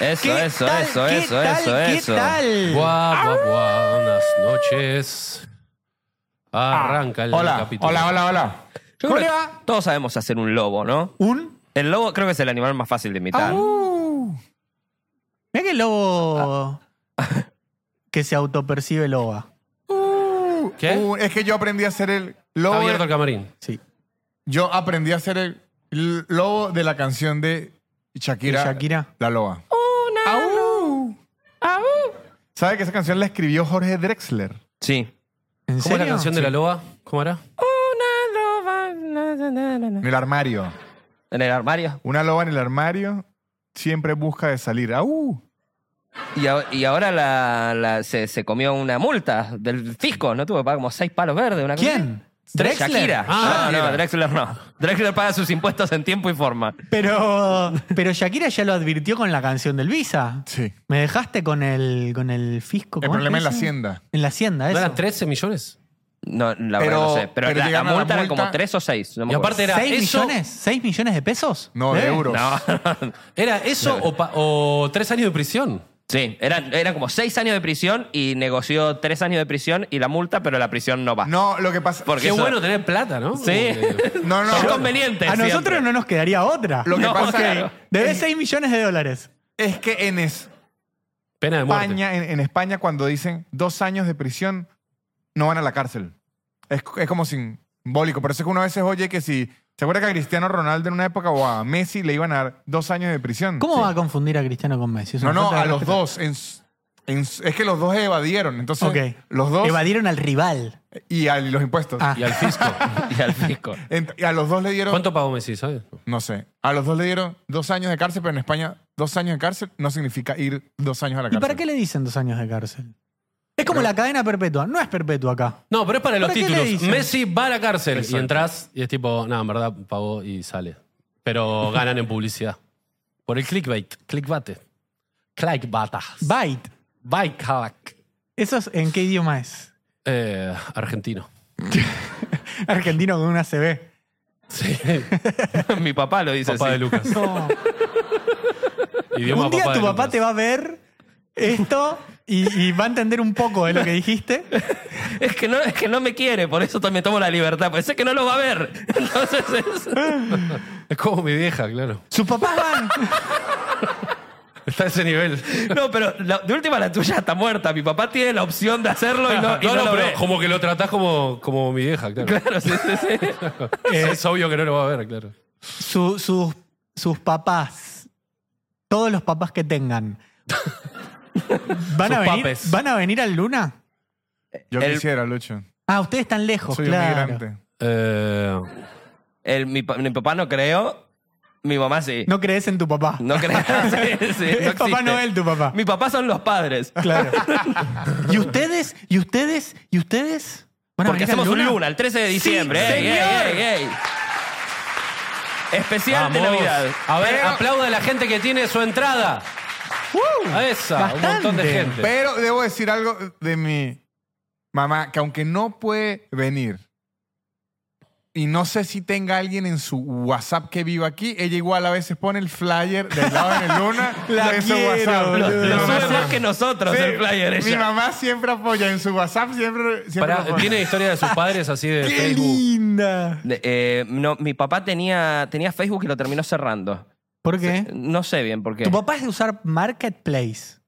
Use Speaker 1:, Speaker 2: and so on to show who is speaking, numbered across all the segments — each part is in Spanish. Speaker 1: eso,
Speaker 2: ¿Qué
Speaker 1: eso,
Speaker 2: tal?
Speaker 1: eso,
Speaker 2: ¿Qué
Speaker 1: eso,
Speaker 2: tal?
Speaker 1: eso,
Speaker 2: ¿Qué
Speaker 1: eso.
Speaker 2: tal?
Speaker 3: Guau, guau, guau, buenas noches. Arranca el
Speaker 4: Hola,
Speaker 3: capítulo.
Speaker 4: hola, hola, hola.
Speaker 1: Yo creo que todos sabemos hacer un lobo, ¿no?
Speaker 4: Un.
Speaker 1: El lobo creo que es el animal más fácil de imitar.
Speaker 2: Ah. ¡Au! Uh. Mirá que el lobo que se autopercibe loba.
Speaker 3: ¿Qué?
Speaker 4: un- es que yo aprendí a hacer el
Speaker 3: Está
Speaker 4: lobo.
Speaker 3: abierto el camarín.
Speaker 2: Sí.
Speaker 4: Yo aprendí a hacer el l- lobo de la canción de Shakira.
Speaker 2: ¿De Shakira?
Speaker 4: La loba. ¡Au! ¿Sabe que esa canción la escribió Jorge Drexler?
Speaker 1: Sí.
Speaker 2: ¿En
Speaker 3: ¿Cómo
Speaker 2: serio?
Speaker 3: era la canción de la loba? ¿Cómo era?
Speaker 4: En el armario.
Speaker 1: En el armario.
Speaker 4: Una loba en el armario siempre busca de salir. ¡Au!
Speaker 1: Y, a- y ahora la, la- se, se comió una multa del fisco, ¿no? Tuvo que pagar como seis palos verdes. Una cosa
Speaker 2: ¿Quién?
Speaker 1: así.
Speaker 2: ¿Drexler?
Speaker 1: Shakira.
Speaker 3: Ah,
Speaker 1: no, no,
Speaker 3: Shakira.
Speaker 1: Drexler no. Drexler paga sus impuestos en tiempo y forma.
Speaker 2: Pero, pero Shakira ya lo advirtió con la canción del Visa.
Speaker 4: Sí.
Speaker 2: Me dejaste con el, con el fisco.
Speaker 4: El
Speaker 2: ¿cómo
Speaker 4: problema es la
Speaker 2: eso?
Speaker 4: hacienda.
Speaker 2: En la hacienda,
Speaker 3: ¿No
Speaker 2: eso.
Speaker 3: eran 13 millones?
Speaker 1: No, la
Speaker 4: Pero-
Speaker 1: verdad no sé. Pero,
Speaker 4: pero
Speaker 1: la- la,
Speaker 4: llegaron a la
Speaker 1: multa era como
Speaker 4: multa.
Speaker 1: tres o seis. No me
Speaker 3: Y
Speaker 1: acuerdo.
Speaker 3: aparte era
Speaker 2: ¿Seis
Speaker 3: eso.
Speaker 2: millones? ¿Seis millones de pesos? ¿Eh?
Speaker 4: No, de
Speaker 2: ¿Debe?
Speaker 4: euros.
Speaker 1: No.
Speaker 3: ¿Era eso o, pa- o tres años de prisión?
Speaker 1: sí, eran, eran como seis años de prisión y negoció tres años de prisión y la multa, pero la prisión no va.
Speaker 4: No, lo que pasa.
Speaker 1: Porque
Speaker 3: Qué
Speaker 1: eso-
Speaker 3: bueno tener plata, ¿no?
Speaker 1: Sí.
Speaker 4: No, no.
Speaker 1: Es
Speaker 4: yo-
Speaker 1: conveniente.
Speaker 2: Ah, A nosotros
Speaker 1: siempre.
Speaker 2: no nos quedaría otra.
Speaker 4: Lo que
Speaker 1: No,
Speaker 4: pasa
Speaker 1: claro.
Speaker 2: Debe 6 millones de dólares.
Speaker 4: es que en
Speaker 3: Pena de muerte.
Speaker 4: España, en, en España, cuando dicen dos años de prisión, no van a la cárcel. Es, es como simbólico. Por eso es que uno a veces oye que si. ¿Se acuerda que a Cristiano Ronaldo en una época o a Messi le iban a dar dos años de prisión?
Speaker 2: ¿Cómo
Speaker 4: Sí.
Speaker 2: va a confundir a Cristiano con Messi? Es
Speaker 4: No,
Speaker 2: una
Speaker 4: no,
Speaker 2: falta de
Speaker 4: a los
Speaker 2: respeto.
Speaker 4: dos. en s- en s- es que los dos evadieron. Entonces,
Speaker 2: Ok.
Speaker 4: los dos
Speaker 2: Evadieron al rival.
Speaker 4: y a los impuestos.
Speaker 2: Ah.
Speaker 3: Y al fisco.
Speaker 1: Y al fisco.
Speaker 4: Ent- y a los dos le dieron.
Speaker 3: ¿Cuánto pagó Messi, sabes?
Speaker 4: No sé. A los dos le dieron dos años de cárcel, pero en España dos años de cárcel no significa ir dos años a la
Speaker 2: ¿Y
Speaker 4: cárcel.
Speaker 2: para qué le dicen dos años de cárcel? Es como la cadena perpetua. No es perpetua acá.
Speaker 3: No, pero es para los
Speaker 2: ¿Para qué le
Speaker 3: títulos.
Speaker 2: dicen?
Speaker 3: Messi va a la cárcel
Speaker 4: Exacto.
Speaker 3: y entras y es tipo, nada, en verdad pagó y sale. Pero ganan en publicidad. Por el clickbait, clickbate. Clickbata.
Speaker 2: Byte.
Speaker 3: Bike hack.
Speaker 2: ¿Eso es- en qué idioma es?
Speaker 3: Eh, argentino.
Speaker 2: Argentino con una CB.
Speaker 3: Sí.
Speaker 1: Mi papá lo dice
Speaker 3: papá
Speaker 1: así.
Speaker 3: de Lucas.
Speaker 2: No.
Speaker 3: Idioma
Speaker 2: un día
Speaker 3: papá de
Speaker 2: tu papá
Speaker 3: Lucas.
Speaker 2: te va a ver esto y, y va a entender un poco de lo que dijiste.
Speaker 1: Es que, no, es que no me quiere, por eso también tomo la libertad. Porque sé que no lo va a ver. Entonces es-
Speaker 3: Es como mi vieja, claro.
Speaker 2: Sus papás van.
Speaker 3: Está a ese nivel.
Speaker 1: No, pero la- de última la tuya está muerta. Mi papá tiene la opción de hacerlo y no,
Speaker 3: Ah, No,
Speaker 1: y no
Speaker 3: no,
Speaker 1: lo
Speaker 3: pero
Speaker 1: ve.
Speaker 3: como que lo tratás como, como mi vieja, claro.
Speaker 1: Claro, sí, sí, sí.
Speaker 3: Es obvio que no lo va a ver, claro.
Speaker 2: Su- sus, sus papás. Todos los papás que tengan. ¿Van, a
Speaker 3: Sus
Speaker 2: venir,
Speaker 3: papes.
Speaker 2: ¿Van a venir al Luna?
Speaker 4: Yo
Speaker 1: El-
Speaker 4: quisiera, Lucho.
Speaker 2: Ah, ustedes están lejos,
Speaker 4: Soy
Speaker 2: claro.
Speaker 4: un migrante.
Speaker 3: Eh,
Speaker 1: El- mi, pa- mi papá no creo, mi mamá sí.
Speaker 2: No crees en tu papá.
Speaker 1: No creo. Sí, sí,
Speaker 2: es
Speaker 1: no
Speaker 2: Papá
Speaker 1: existe.
Speaker 2: Noel tu papá.
Speaker 1: Mi papá son los padres.
Speaker 2: Claro. ¿Y ustedes? ¿Y ustedes? ¿Y ustedes? ¿Van a
Speaker 1: Porque
Speaker 2: venir al
Speaker 1: hacemos un luna el 13 de diciembre. ¿eh?
Speaker 2: Sí,
Speaker 1: ey, ey,
Speaker 2: señor.
Speaker 1: ey, ey. Especial de
Speaker 3: vamos.
Speaker 1: Navidad.
Speaker 3: A ver,
Speaker 4: Pero-
Speaker 3: aplauda a la gente que tiene su entrada.
Speaker 2: ¡Uh!
Speaker 3: A esa, un montón de
Speaker 2: Bastante.
Speaker 3: gente.
Speaker 4: Pero debo decir algo de mi mamá, que aunque no puede venir, y no sé si tenga alguien en su WhatsApp que viva aquí, ella igual a veces pone el flyer del lado en el luna
Speaker 2: La
Speaker 4: de su
Speaker 2: quiero,
Speaker 4: WhatsApp.
Speaker 2: boludo.
Speaker 1: Lo,
Speaker 4: Mi
Speaker 1: lo
Speaker 2: No,
Speaker 4: mamá
Speaker 1: sube
Speaker 2: no,
Speaker 1: más
Speaker 4: siempre-
Speaker 1: que nosotros
Speaker 4: Sí,
Speaker 1: el flyer.
Speaker 4: Mi
Speaker 1: Ella.
Speaker 4: mamá siempre apoya en su WhatsApp, siempre, siempre
Speaker 3: Pará,
Speaker 4: lo pone.
Speaker 3: ¿Tiene historia de sus padres así de
Speaker 2: ¡Qué
Speaker 3: Facebook?
Speaker 2: linda!
Speaker 1: De- eh, no, mi papá tenía, tenía Facebook y lo terminó cerrando.
Speaker 2: ¿Por qué?
Speaker 1: No sé bien por qué.
Speaker 2: ¿Eh? Tu papá es de usar Marketplace.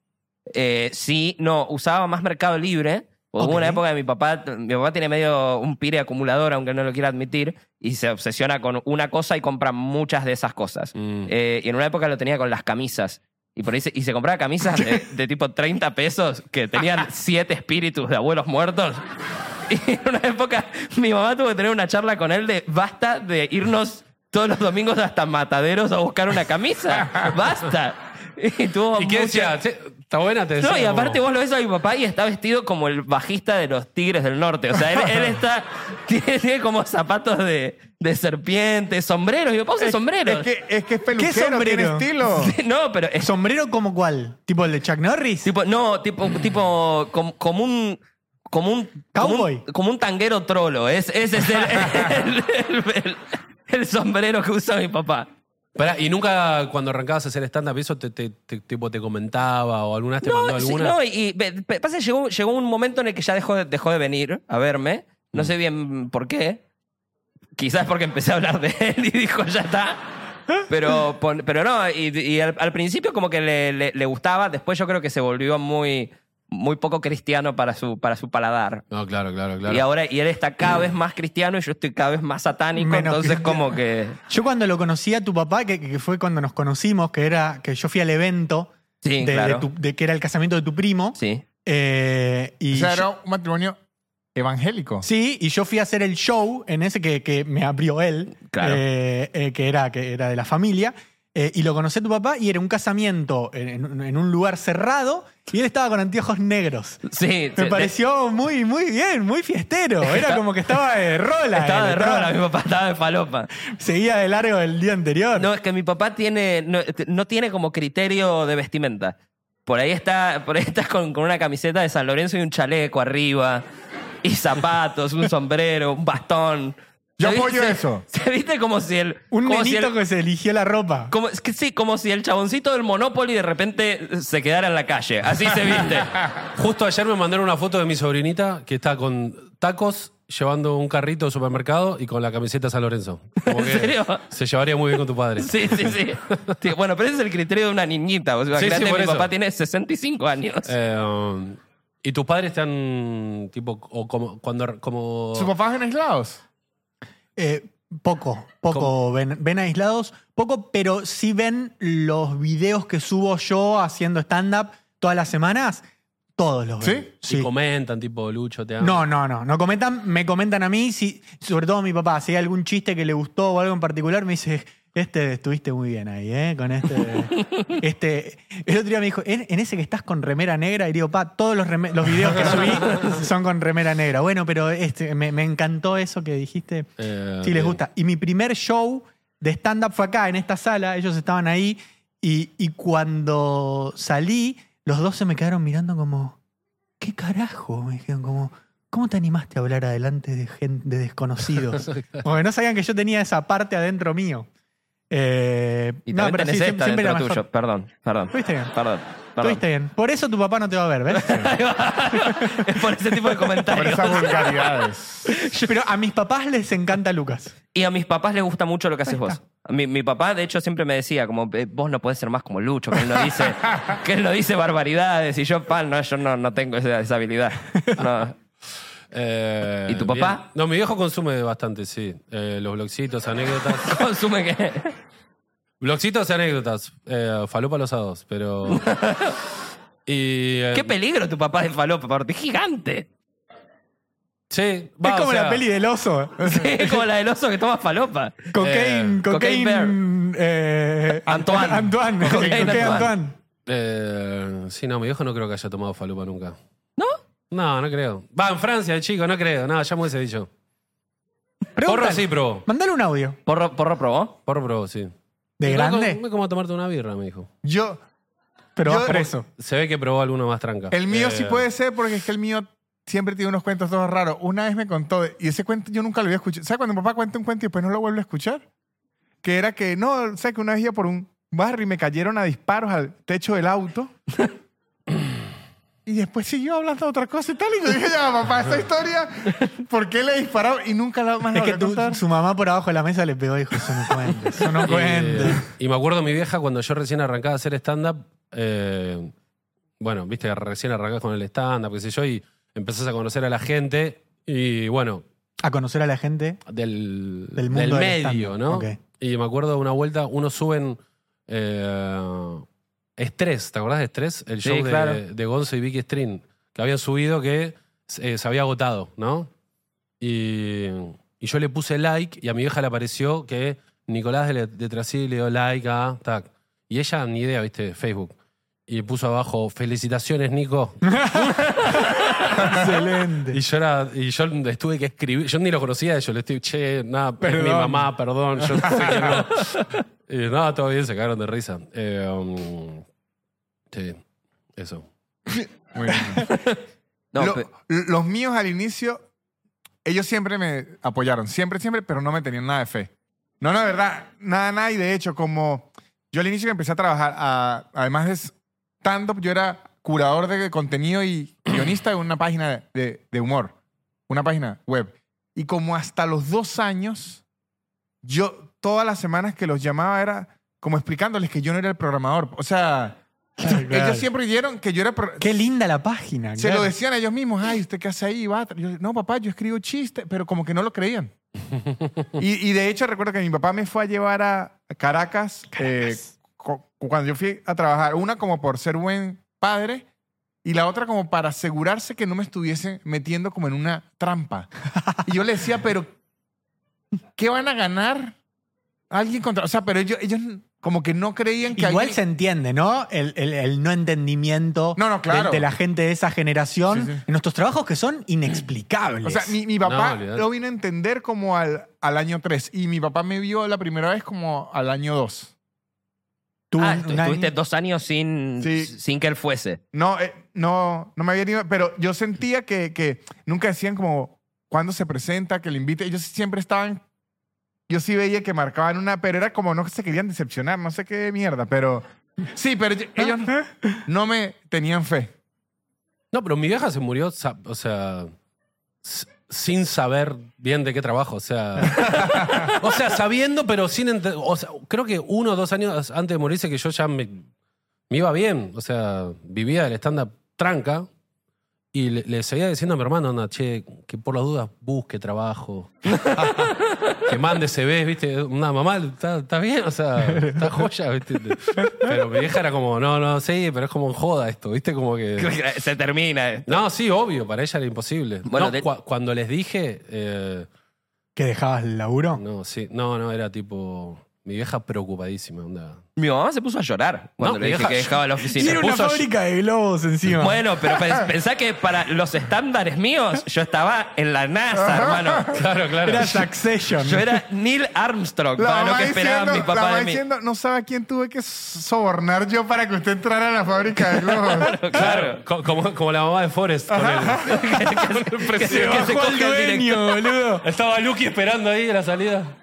Speaker 1: Eh, sí, no, usaba más Mercado Libre. Hubo
Speaker 2: Ok.
Speaker 1: una época de mi papá, mi papá tiene medio un pire acumulador, aunque no lo quiera admitir, y se obsesiona con una cosa y compra muchas de esas cosas.
Speaker 3: Mm.
Speaker 1: Eh, y en una época lo tenía con las camisas. Y, por ahí se, y se compraba camisas de, de tipo 30 pesos que tenían siete espíritus de abuelos muertos. Y en una época mi mamá tuvo que tener una charla con él de basta de irnos todos los domingos hasta mataderos a buscar una camisa. Basta. Y, tuvo
Speaker 3: ¿Y qué
Speaker 1: mucha-
Speaker 3: decía? "Che, ¿Está buena? Te decía
Speaker 1: no, y
Speaker 3: como-
Speaker 1: aparte vos lo ves a mi papá y está vestido como el bajista de los Tigres del Norte. O sea, él, él está. Tiene, tiene como zapatos de, de serpiente, sombreros. Y yo, pausa, sombreros.
Speaker 4: Es que es, que es peluquero, tiene
Speaker 2: sombrero?
Speaker 4: estilo.
Speaker 1: Sí, No, pero es
Speaker 2: ¿Sombrero como cuál? ¿Tipo el de Chuck Norris?
Speaker 1: tipo, no, tipo, tipo, com- como, un. Como un. como un-
Speaker 2: Cowboy.
Speaker 1: Como un tanguero trolo. Es, ese es el, el- el- el- el sombrero que usa mi papá.
Speaker 3: Pará, y nunca cuando arrancabas a hacer stand-up, eso te, te- te- tipo, te comentaba o alguna vez te mandó
Speaker 1: sí,
Speaker 3: alguna.
Speaker 1: no, y, y pe- pe- pasa que llegó, llegó un momento en el que ya dejó de, dejó de venir a verme.
Speaker 3: Mm.
Speaker 1: No sé bien por qué. Quizás porque empecé a hablar de él y dijo, ya está. Pero, pon- pero no, y, y al, al principio como que le, le- le gustaba, después yo creo que se volvió muy, muy poco cristiano para su, para su paladar.
Speaker 3: No, claro, claro, claro.
Speaker 1: Y ahora y él está cada vez más cristiano y yo estoy cada vez más satánico,
Speaker 2: Menos
Speaker 1: entonces
Speaker 2: cristiano.
Speaker 1: como que...
Speaker 2: Yo cuando lo conocí a tu papá, que, que fue cuando nos conocimos, que era que yo fui al evento
Speaker 1: Sí,
Speaker 2: de,
Speaker 1: claro.
Speaker 2: de tu- de que era el casamiento de tu primo.
Speaker 1: Sí.
Speaker 2: eh, y
Speaker 4: O sea,
Speaker 2: yo-
Speaker 4: era un matrimonio evangélico.
Speaker 2: Sí, y yo fui a hacer el show en ese que, que me abrió él,
Speaker 1: Claro.
Speaker 2: eh, eh, que, era, que era de la familia. eh, y lo conocí a tu papá y era un casamiento en, en- en un lugar cerrado y él estaba con anteojos negros.
Speaker 1: Sí,
Speaker 2: Me
Speaker 1: sí,
Speaker 2: pareció muy, muy bien, muy fiestero. Era como que estaba de rola.
Speaker 1: Estaba
Speaker 2: él,
Speaker 1: de rola, mi papá estaba de palopa.
Speaker 2: Seguía de largo el día anterior.
Speaker 1: No, es que mi papá tiene, no, este, no tiene como criterio de vestimenta. Por ahí está, por ahí está con, con una camiseta de San Lorenzo y un chaleco arriba. Y zapatos, un sombrero, un bastón.
Speaker 4: Yo
Speaker 1: Se vi-
Speaker 4: apoyo
Speaker 1: se-
Speaker 4: eso.
Speaker 1: Se viste como si el.
Speaker 2: un
Speaker 1: como si
Speaker 2: nenito
Speaker 1: el-
Speaker 2: que se eligió la ropa.
Speaker 1: como- es que sí, como si el chaboncito del Monopoly de repente se quedara en la calle. Así se viste.
Speaker 3: Justo ayer me mandaron una foto de mi sobrinita que está con tacos llevando un carrito de supermercado y con la camiseta San Lorenzo. Como
Speaker 1: ¿En
Speaker 3: que
Speaker 1: serio?
Speaker 3: Se llevaría muy bien con tu padre.
Speaker 1: Sí, sí, sí, Sí, Bueno, pero ese es el criterio de una niñita. O sea,
Speaker 3: Sí, sí,
Speaker 1: imagínate,
Speaker 3: por
Speaker 1: mi
Speaker 3: eso.
Speaker 1: papá tiene 65 años.
Speaker 3: Eh, um, ¿Y tus padres están tipo o como cuando como
Speaker 4: ¿Sus papás en aislados?
Speaker 2: Eh, poco, poco.
Speaker 3: ¿Cómo?
Speaker 2: Ven, ven aislados, poco, pero sí ven los videos que subo yo haciendo stand-up todas las semanas. Todos los ven.
Speaker 3: y comentan tipo Lucho te amo?
Speaker 2: No, no, no. No comentan, me comentan a mí, si, sobre todo mi papá, si hay algún chiste que le gustó o algo en particular, me dice, este estuviste muy bien ahí, ¿eh? Con este. este. El otro día me dijo, ¿en, en ese que estás con remera negra? Y digo, pa, todos los, reme- los videos que subí son con remera negra. Bueno, pero este, me, me encantó eso que dijiste.
Speaker 3: Eh,
Speaker 2: Sí, les
Speaker 3: bien.
Speaker 2: gusta. Y mi primer show de stand-up fue acá, en esta sala. Ellos estaban ahí. Y, y cuando salí, los dos se me quedaron mirando como, ¿qué carajo? Me dijeron como, ¿cómo te animaste a hablar adelante de, gente, de desconocidos? Porque no sabían que yo tenía esa parte adentro mío. Eh,
Speaker 1: Y
Speaker 2: no,
Speaker 1: también
Speaker 2: pero
Speaker 1: tenés
Speaker 2: sí,
Speaker 1: esta
Speaker 2: siempre era
Speaker 1: dentro tuyo.
Speaker 2: mejor.
Speaker 1: Perdón, perdón.
Speaker 2: Estuviste bien.
Speaker 1: Perdón, perdón.
Speaker 2: Estuviste bien. Por eso tu papá no te va a ver, ¿ves?
Speaker 1: es por ese tipo de
Speaker 4: Por
Speaker 1: comentarios.
Speaker 4: esas vulgaridades.
Speaker 2: Pero a mis papás les encanta Lucas.
Speaker 1: Y a mis papás les gusta mucho lo que haces vos.
Speaker 2: está.
Speaker 1: Mi, mi papá, de hecho, siempre me decía, como, "Eh, vos no podés ser más como Lucho, que él no dice, que él no dice barbaridades. Y yo, pan, no, yo no, no tengo esa, esa habilidad. No.
Speaker 3: Eh,
Speaker 1: ¿Y tu papá?
Speaker 3: bien. No, mi viejo consume bastante, sí. Eh, los blogcitos, anécdotas.
Speaker 1: Consume que...
Speaker 3: blogcitos, anécdotas. Eh, falopa los asados, pero. y, eh,
Speaker 1: Qué peligro tu papá de falopa, porque es gigante.
Speaker 3: Sí, va,
Speaker 2: es
Speaker 3: o
Speaker 2: como
Speaker 3: sea,
Speaker 2: la peli del oso.
Speaker 1: Sí, es como la del oso que toma falopa.
Speaker 2: Cocaine, cocaine,
Speaker 3: Eh,
Speaker 1: Cocaine Bear.
Speaker 2: eh,
Speaker 1: Antoine.
Speaker 2: Antoine, el
Speaker 1: Cocaine
Speaker 2: Cocaine
Speaker 1: Antoine.
Speaker 2: Antoine.
Speaker 3: Eh, sí, no, mi viejo no creo que haya tomado falupa nunca.
Speaker 1: ¿No?
Speaker 3: No, no creo. Va, en Francia, el chico, no creo. No, ya me hubiese dicho.
Speaker 2: Pregúntale.
Speaker 3: Porro sí probó.
Speaker 2: Mandale un audio.
Speaker 1: ¿Porro, porro probó?
Speaker 3: Porro probó, sí.
Speaker 2: De
Speaker 3: Me
Speaker 2: grande,
Speaker 3: como- Me como a tomarte una birra, me dijo.
Speaker 4: Yo,
Speaker 2: pero vas
Speaker 4: yo-
Speaker 2: preso.
Speaker 3: Se ve que probó alguno más tranca.
Speaker 4: el mío
Speaker 3: Eh,
Speaker 4: sí puede ser porque es que el mío siempre tiene unos cuentos todos raros. Una vez me contó, y ese cuento yo nunca lo había escuchado. ¿Sabes cuando mi papá cuenta un cuento y después no lo vuelve a escuchar? Que era que, no, sé que una vez iba por un barrio y me cayeron a disparos al techo del auto. Y después siguió hablando de otra cosa y tal. Y yo dije, ya, papá, esta historia, ¿por qué le dispararon? Y nunca la más la
Speaker 2: Es que
Speaker 4: volvió a
Speaker 2: tu-
Speaker 4: contar.
Speaker 2: su mamá por abajo de la mesa le pegó y dijo, eso no cuenta, eso no
Speaker 3: y-
Speaker 2: cuenta.
Speaker 3: Y, me acuerdo mi vieja cuando yo recién arrancaba a hacer stand-up. eh, bueno, viste, recién arrancás con el stand-up, qué sé yo, y empezás a conocer a la gente. Y bueno,
Speaker 2: A conocer a la gente.
Speaker 3: del,
Speaker 2: Del mundo del
Speaker 3: medio,
Speaker 2: stand-up,
Speaker 3: ¿no?
Speaker 2: ok.
Speaker 3: Y me acuerdo una vuelta, unos suben eh, Estrés, ¿te acordás de Estrés? El
Speaker 1: Sí,
Speaker 3: show de-
Speaker 1: claro.
Speaker 3: de, Gonzo y Vicky Strin, que habían subido que eh, se había agotado, ¿no? Y, y yo le puse like y a mi vieja le apareció que Nicolás de, de Trasí le dio like a... Tac. Y ella ni idea, viste, Facebook. Y puso abajo, felicitaciones, Nico.
Speaker 2: Excelente.
Speaker 3: Y yo, era, y yo les tuve que escribir, yo ni lo conocía a ellos, les tuve, che, nada, es
Speaker 4: Perdón.
Speaker 3: mi mamá, perdón, yo sé que no. Y no, todo bien, se cagaron de risa. Eh, um, sí, eso.
Speaker 4: Muy bien.
Speaker 1: No,
Speaker 4: Lo-
Speaker 1: pe-
Speaker 4: los míos al inicio, ellos siempre me apoyaron, siempre, siempre, pero no me tenían nada de fe. No, no, de verdad, nada, nada. Y de hecho, como yo al inicio que empecé a trabajar, a- además de stand-up, yo era curador de contenido y guionista de una página de, de humor, una página web. Y como hasta los dos años, yo todas las semanas que los llamaba era como explicándoles que yo no era el programador. O sea, ellos siempre dijeron que yo era... pro-
Speaker 2: Qué linda la página.
Speaker 4: se
Speaker 2: claro.
Speaker 4: lo decían a ellos mismos, ay, ¿usted qué hace ahí? Va? Yo, no, papá, yo escribo chistes, pero como que no lo creían. y, y de hecho recuerdo que mi papá me fue a llevar a Caracas, eh, co- cuando yo fui a trabajar, una como por ser buen padre y la otra como para asegurarse que no me estuviese metiendo como en una trampa. y yo le decía, pero ¿qué van a ganar alguien contra? O sea, pero ellos, ellos como que no creían que
Speaker 2: Igual
Speaker 4: alguien...
Speaker 2: se entiende, ¿no? El, el- el no entendimiento
Speaker 4: No, no, claro.
Speaker 2: de, de la gente de esa generación
Speaker 4: Sí, sí.
Speaker 2: en nuestros trabajos que son inexplicables.
Speaker 4: O sea, mi, mi papá
Speaker 3: No, olvidate.
Speaker 4: lo vino a entender como al, al año 3 y mi papá me vio la primera vez como al año 2.
Speaker 2: Tuvo
Speaker 1: Ah,
Speaker 2: un-
Speaker 1: estu-
Speaker 2: una-
Speaker 1: estuviste dos años sin,
Speaker 4: Sí.
Speaker 1: sin que él fuese.
Speaker 4: No, eh, no, no me había ido, pero yo sentía que, que nunca decían como cuándo se presenta, que le invite. Ellos siempre estaban, yo sí veía que marcaban una, pero era como no se querían decepcionar, no sé qué mierda, pero sí, pero yo- ellos no me tenían fe.
Speaker 3: No, pero mi vieja se murió, sa- o sea, s- sin saber bien de qué trabajo, o sea, o sea, sabiendo pero sin, ente- o sea, creo que uno o dos años antes de morirse que yo ya me, me iba bien, o sea, vivía el stand up tranca y le, le seguía diciendo a mi hermano, anda, che, que por las dudas busque trabajo, que mande CVs, viste, una mamá, está está bien, o sea, está joya, viste, pero mi vieja era como, no, no, sí, pero es como en joda esto, viste, como que
Speaker 1: Se termina. eh.
Speaker 3: no, sí, obvio, para ella era imposible.
Speaker 1: Bueno,
Speaker 3: No,
Speaker 1: de-
Speaker 3: cua- cuando les dije, eh,
Speaker 2: ¿Que dejabas el laburo?
Speaker 3: no, sí, no, no, era tipo mi vieja preocupadísima, onda.
Speaker 1: Mi mamá se puso a llorar cuando
Speaker 3: No,
Speaker 1: le dije
Speaker 3: vieja,
Speaker 1: que dejaba la oficina.
Speaker 2: Tiene una
Speaker 1: Puso a-
Speaker 2: fábrica de globos encima.
Speaker 1: Bueno, pero pe- pensá que para los estándares míos, yo estaba en la NASA, hermano.
Speaker 3: Claro, claro.
Speaker 2: Era Succession.
Speaker 1: Yo era Neil Armstrong,
Speaker 4: La
Speaker 1: para lo
Speaker 4: mamá
Speaker 1: que esperaban
Speaker 4: diciendo-
Speaker 1: mi
Speaker 4: la
Speaker 1: papá
Speaker 4: mamá
Speaker 1: de mí.
Speaker 4: diciendo, no sabe a quién tuve que sobornar yo para que usted entrara a la fábrica de globos.
Speaker 1: Claro.
Speaker 3: Co- Como, como la mamá de Forrest. con el-
Speaker 1: Que, se- que se
Speaker 2: Bajó al
Speaker 1: coge el director.
Speaker 2: dueño, boludo.
Speaker 3: Estaba Lucky esperando ahí en la salida.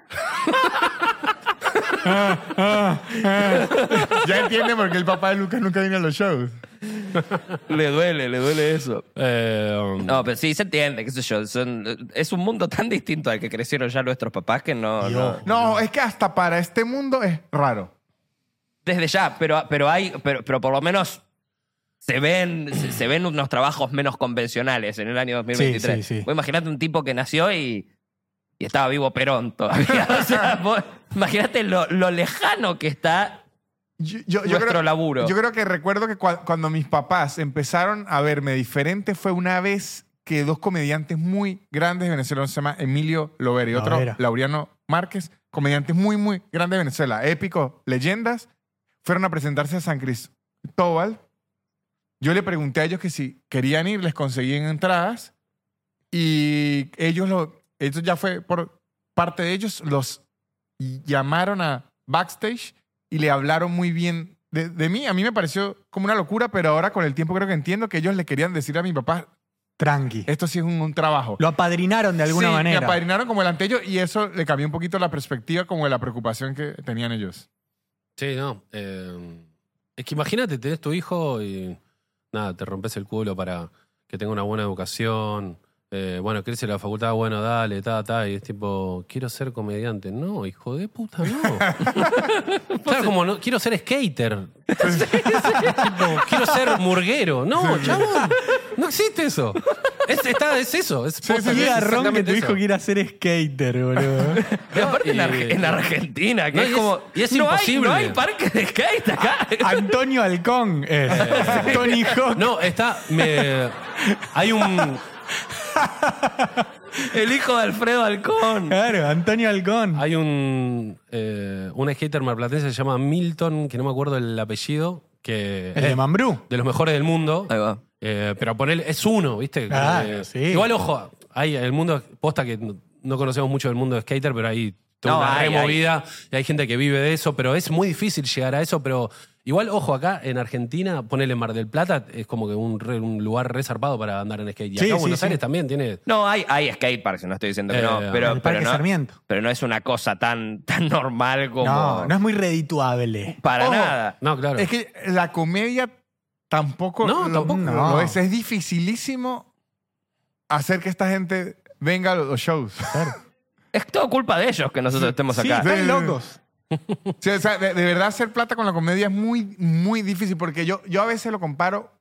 Speaker 4: Ya entiende por qué el papá de Lucas nunca vino a los shows.
Speaker 1: Le duele, le duele eso.
Speaker 3: Eh, um,
Speaker 1: No, pero sí se entiende, qué sé yo. son- es un mundo tan distinto al que crecieron ya nuestros papás que no. no.
Speaker 4: No, es que hasta para este mundo es raro.
Speaker 1: Desde ya, pero, pero hay. Pero, pero por lo menos se ven, se, se ven unos trabajos menos convencionales en el año 2023.
Speaker 2: Sí, sí, sí.
Speaker 1: Vos imaginate un tipo que nació y. y estaba vivo Perón todavía. O sea, vos imaginate lo, lo lejano que está
Speaker 4: Yo, yo- yo
Speaker 1: Nuestro
Speaker 4: creo,
Speaker 1: laburo.
Speaker 4: Yo creo que recuerdo que cua- cuando mis papás empezaron a verme diferente fue una vez que dos comediantes muy grandes de Venezuela, uno se llama Emilio Lover y otro
Speaker 2: Lovera.
Speaker 4: Laureano Márquez, comediantes muy, muy grandes de Venezuela, épicos, leyendas, fueron a presentarse a San Cristóbal. Yo le pregunté a ellos que si querían ir, les conseguían entradas y ellos lo, eso ya fue por parte de ellos, los llamaron a backstage y le hablaron muy bien de, de mí. A mí me pareció como una locura, pero ahora con el tiempo creo que entiendo que ellos le querían decir a mi papá,
Speaker 2: Tranqui.
Speaker 4: esto sí es un, un trabajo.
Speaker 2: Lo apadrinaron de alguna
Speaker 4: Sí,
Speaker 2: manera.
Speaker 4: Me apadrinaron como el antello y eso le cambió un poquito la perspectiva como de la preocupación que tenían ellos.
Speaker 3: Sí, no. eh, es que imagínate, tenés tu hijo y nada, te rompes el culo para que tenga una buena educación. eh, bueno, crece la facultad, bueno, dale, ta, ta. Y es tipo, quiero ser comediante. No, hijo de puta, no. claro, como no, quiero ser skater. Tipo, quiero ser murguero. No, chabón, no existe eso. Es, está- es eso. Es, posta,
Speaker 2: Qué
Speaker 3: es
Speaker 2: garrón que
Speaker 3: exactamente
Speaker 2: tu hijo
Speaker 3: eso.
Speaker 2: quiera ser skater, boludo.
Speaker 1: Y aparte en,
Speaker 3: y-
Speaker 1: Arge- en Argentina, que
Speaker 3: No,
Speaker 1: es
Speaker 3: y es-
Speaker 1: como.
Speaker 3: y es
Speaker 1: no
Speaker 3: imposible.
Speaker 1: Hay, no hay parque de skate acá.
Speaker 2: Antonio Halcón es. Tony Hawk.
Speaker 3: No, está. me- hay un.
Speaker 1: El hijo de Alfredo Halcón.
Speaker 2: Claro, Antonio Halcón.
Speaker 3: Hay un, eh, un skater marplatense que se llama Milton, que no me acuerdo el apellido, que
Speaker 2: El de
Speaker 3: es
Speaker 2: Mambrú.
Speaker 3: de los mejores del mundo.
Speaker 1: Ahí va.
Speaker 3: Eh, pero ponele, es uno, ¿viste?
Speaker 2: Claro,
Speaker 3: Eh,
Speaker 2: sí.
Speaker 3: Igual, ojo, hay el mundo, posta que no, no conocemos mucho del mundo de skater, pero hay toda
Speaker 1: No,
Speaker 3: una
Speaker 1: hay,
Speaker 3: removida y hay gente que vive de eso, pero es muy difícil llegar a eso, pero Igual, ojo, acá en Argentina, ponerle Mar del Plata es como que un, re- un lugar resarpado para andar en skate. Y acá
Speaker 2: Sí, sí,
Speaker 3: Buenos
Speaker 2: sí.
Speaker 3: Aires también tiene.
Speaker 1: No, hay, hay skateparks, no estoy diciendo que
Speaker 3: Eh,
Speaker 1: no,
Speaker 3: en
Speaker 1: pero,
Speaker 2: el
Speaker 1: pero,
Speaker 2: Parque
Speaker 1: no,
Speaker 2: Sarmiento.
Speaker 1: pero no es una cosa tan, tan normal como...
Speaker 2: No, no es muy redituable.
Speaker 1: Para
Speaker 4: Ojo.
Speaker 1: nada.
Speaker 3: No, claro.
Speaker 4: Es que la comedia tampoco,
Speaker 3: No,
Speaker 4: lo,
Speaker 3: tampoco.
Speaker 4: lo
Speaker 2: No.
Speaker 4: es. Es dificilísimo hacer que esta gente venga a los shows.
Speaker 1: Es todo culpa de ellos que nosotros estemos
Speaker 2: Sí,
Speaker 1: acá.
Speaker 4: sí.
Speaker 2: están locos.
Speaker 4: Sí, o sea, de, de verdad hacer plata con la comedia es muy, muy difícil porque yo, yo a veces lo comparo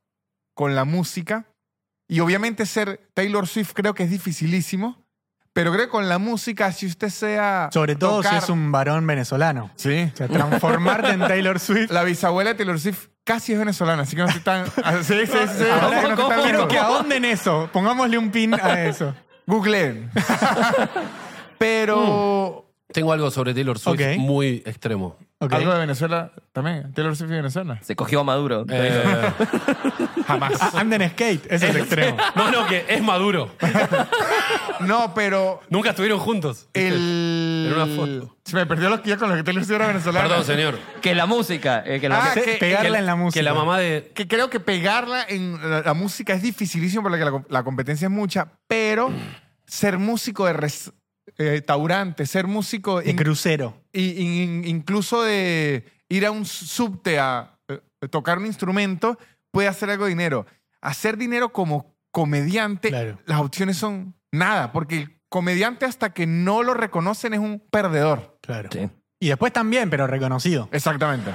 Speaker 4: con la música y obviamente ser Taylor Swift creo que es dificilísimo, pero creo que con la música, si usted sea...
Speaker 2: Sobre todo si
Speaker 4: tocar-
Speaker 2: es un varón venezolano.
Speaker 4: Sí.
Speaker 2: O sea, transformarte en Taylor Swift.
Speaker 4: La bisabuela de Taylor Swift casi es venezolana, así que no estoy tan... ah, sí, sí, sí, sí,
Speaker 1: Ahora,
Speaker 4: así que no estoy tan
Speaker 1: ¿cómo?
Speaker 2: Quiero
Speaker 4: loco.
Speaker 2: que ahonden eso. Pongámosle un pin a eso.
Speaker 4: Googleen. pero...
Speaker 3: Tengo algo sobre Taylor Swift
Speaker 2: Ok.
Speaker 3: muy extremo.
Speaker 2: Ok.
Speaker 4: Algo de Venezuela también. Taylor Swift es venezolana.
Speaker 1: Se cogió a Maduro.
Speaker 3: Eh,
Speaker 4: Jamás.
Speaker 2: Ah, Anden skate, ese es el extremo.
Speaker 3: no, no, que es maduro.
Speaker 4: No, pero
Speaker 3: Nunca estuvieron juntos.
Speaker 4: el...
Speaker 3: Era una foto.
Speaker 4: Se me perdió los guías con los que Taylor Swift era venezolana.
Speaker 3: Perdón, señor.
Speaker 1: Que la música. eh, que la
Speaker 4: Ah,
Speaker 1: música-
Speaker 4: que-
Speaker 2: Pegarla
Speaker 3: Que-
Speaker 2: en la música.
Speaker 3: Que la mamá de.
Speaker 4: que creo que pegarla en la, la música es dificilísimo porque la, la competencia es mucha, pero ser músico de res- eh, restaurante, ser músico
Speaker 2: De
Speaker 4: in-
Speaker 2: crucero.
Speaker 4: y- in- incluso de ir a un subte a eh, tocar un instrumento, puede hacer algo de dinero. Hacer dinero como comediante,
Speaker 2: Claro.
Speaker 4: las opciones son nada, porque el comediante hasta que no lo reconocen es un perdedor.
Speaker 2: Claro.
Speaker 1: Sí.
Speaker 2: Y después también, pero reconocido.
Speaker 4: Exactamente.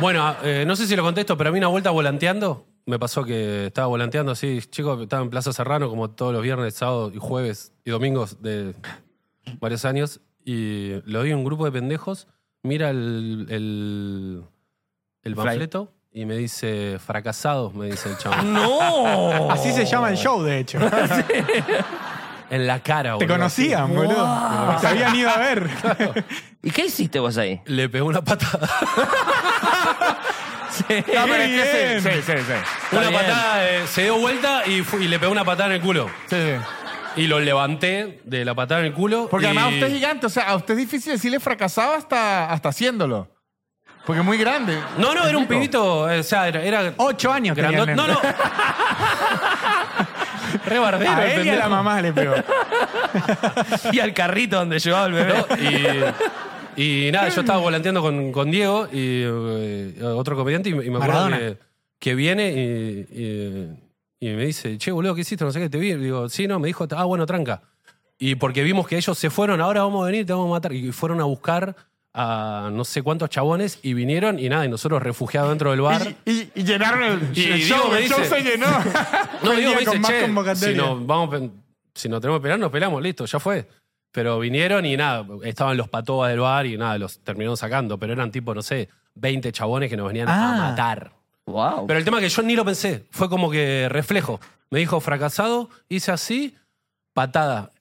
Speaker 3: Bueno, eh, no sé si lo contesto, pero a mí una vuelta volanteando. Me pasó que estaba volanteando así, chicos, estaba en Plaza Serrano como todos los viernes, sábados y jueves y domingos de varios años. Y lo vi un grupo de pendejos, mira el, el, el
Speaker 1: Flyer.
Speaker 3: panfleto y me dice, fracasados, me dice el chabón.
Speaker 1: ¡No!
Speaker 2: Así se llama el show, de hecho.
Speaker 3: en la cara,
Speaker 2: Te
Speaker 3: boludo.
Speaker 2: conocían, boludo. Te habían ido a ver.
Speaker 1: ¿Y qué hiciste vos ahí?
Speaker 3: Le pegó una patada.
Speaker 4: Ah, pero es que
Speaker 2: bien.
Speaker 4: sí, sí, sí, sí.
Speaker 3: una
Speaker 1: bien.
Speaker 3: patada, eh, se dio vuelta y, fu- y le pegó una patada en el culo.
Speaker 4: Sí, sí.
Speaker 3: Y lo levanté de la patada en el culo.
Speaker 4: Porque
Speaker 3: y-
Speaker 4: además usted es gigante, o sea, a usted es difícil decirle fracasado hasta, hasta haciéndolo. Porque es muy grande.
Speaker 3: No, no, era un
Speaker 4: Explico.
Speaker 3: pibito. eh, O sea, era. era
Speaker 2: Ocho años Oh, tenía
Speaker 3: grandote.
Speaker 2: el
Speaker 3: No,
Speaker 2: nene.
Speaker 3: no. Re bardero,
Speaker 2: A
Speaker 3: el
Speaker 2: él y a la
Speaker 3: pendejo.
Speaker 2: mamá le pegó.
Speaker 1: Y al carrito donde llevaba el bebé.
Speaker 3: No, Y, y nada, yo estaba volanteando con, con Diego y eh, otro comediante y, me- y me acuerdo
Speaker 2: Maradona.
Speaker 3: que, que viene y, y- y me dice, che, boludo, ¿qué hiciste? No sé qué, te vi. Y Digo, sí, no, me dijo, ah, bueno, tranca. Y porque vimos que ellos se fueron, ahora vamos a venir, te vamos a matar. Y fueron a buscar a no sé cuántos chabones y vinieron y nada, y nosotros refugiados dentro del bar.
Speaker 4: Y, y- y llenaron el,
Speaker 3: Y
Speaker 4: el
Speaker 3: Diego
Speaker 4: show,
Speaker 3: me
Speaker 4: el show
Speaker 3: dice-
Speaker 4: se llenó.
Speaker 3: No,
Speaker 2: Fue el
Speaker 3: digo,
Speaker 2: día
Speaker 3: me
Speaker 2: con
Speaker 3: dice,
Speaker 2: más
Speaker 3: "Che, si
Speaker 2: convocatoria".
Speaker 3: nos, vamos, a pe- si nos tenemos que pelear, nos peleamos, listo, ya fue. Pero vinieron y nada, estaban los patobas del bar y nada, los terminaron sacando. Pero eran tipo, no sé, 20 chabones que nos venían a
Speaker 2: Ah.
Speaker 3: matar.
Speaker 1: ¡Wow!
Speaker 3: Pero el tema es que yo ni lo pensé, fue como que reflejo. Me dijo, fracasado, hice así, patada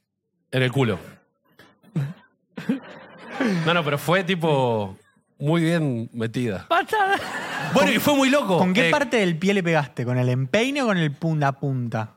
Speaker 3: en el culo. No, no, pero fue tipo muy bien metida. Bueno, y fue muy loco.
Speaker 2: ¿Con qué
Speaker 3: Eh,
Speaker 2: parte del pie le pegaste? ¿Con el empeine o con el punta a punta?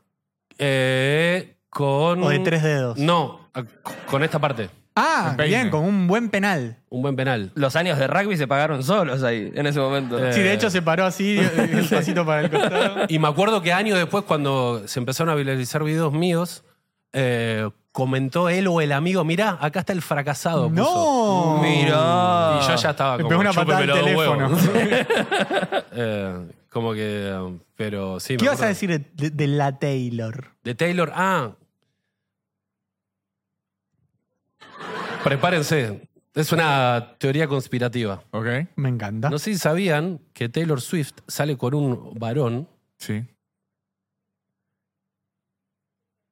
Speaker 3: Eh, con.
Speaker 2: ¿O de tres dedos?
Speaker 3: No, a- con esta parte.
Speaker 2: Ah,
Speaker 4: Empeine.
Speaker 2: bien, con un buen penal.
Speaker 3: Un buen penal.
Speaker 1: Los años de rugby se pagaron solos ahí, en ese momento.
Speaker 3: Eh.
Speaker 2: Sí, de hecho se paró así, el pasito para el costado.
Speaker 3: Y me acuerdo que años después, cuando se empezaron a viralizar videos míos, eh, comentó él o el amigo: Mirá, acá está el fracasado. puso".
Speaker 2: ¡No!
Speaker 1: Mirá.
Speaker 3: Y yo ya estaba
Speaker 2: Le
Speaker 3: como.
Speaker 2: pegó una patada al
Speaker 3: "Chúpemelo de
Speaker 2: teléfono.
Speaker 3: huevo". Eh, como que. um, Pero sí. me
Speaker 2: ¿Qué ibas a
Speaker 3: acuerdo.
Speaker 2: decir de, de- de la Taylor?
Speaker 3: De Taylor. Ah. Prepárense. Es una teoría conspirativa.
Speaker 4: ok,
Speaker 2: Me encanta.
Speaker 3: No sé si sabían que Taylor Swift sale con un varón
Speaker 4: sí,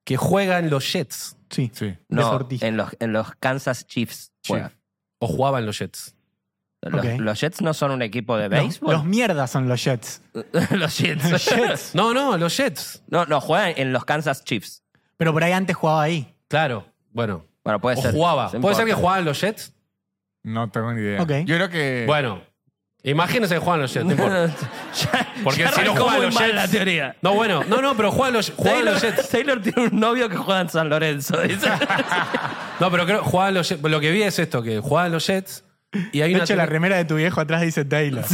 Speaker 3: que juega en los Jets.
Speaker 2: Sí.
Speaker 4: sí.
Speaker 1: no,
Speaker 2: deportista.
Speaker 1: en los, en los Kansas Chiefs juega.
Speaker 3: O jugaba en los Jets.
Speaker 1: Los,
Speaker 2: Ok.
Speaker 1: los Jets no son un equipo de
Speaker 2: No, los
Speaker 1: béisbol.
Speaker 2: mierdas son los Jets.
Speaker 1: Los, Jets.
Speaker 2: Los Jets.
Speaker 3: No, no, los Jets.
Speaker 1: No, no, juegan en los Kansas Chiefs.
Speaker 2: Pero por ahí antes jugaba ahí.
Speaker 3: Claro. Bueno.
Speaker 1: Bueno, puede
Speaker 3: o
Speaker 1: ser.
Speaker 3: jugaba.
Speaker 1: No
Speaker 3: ¿Puede
Speaker 1: importa.
Speaker 3: ser que jugaba en los Jets?
Speaker 4: No tengo ni idea.
Speaker 2: Ok.
Speaker 4: Yo creo que...
Speaker 3: Bueno. Imagínense que juega en los Jets. No, importa.
Speaker 1: Ya-
Speaker 3: Porque
Speaker 1: ya
Speaker 3: si no
Speaker 1: arrancó
Speaker 3: juegan
Speaker 1: muy
Speaker 3: los
Speaker 1: mal
Speaker 3: Jets-
Speaker 1: la teoría.
Speaker 3: No, bueno. No, no, pero juega en los, jugaba en
Speaker 1: Taylor,
Speaker 3: los Jets.
Speaker 1: Taylor tiene un novio que juega en San Lorenzo. dice.
Speaker 3: No, pero creo jugaba en los Jets. Lo que vi es esto, que jugaba en los Jets Y hay
Speaker 2: De
Speaker 3: una
Speaker 2: hecho, la
Speaker 3: teoría-
Speaker 2: remera de tu viejo atrás dice Taylor.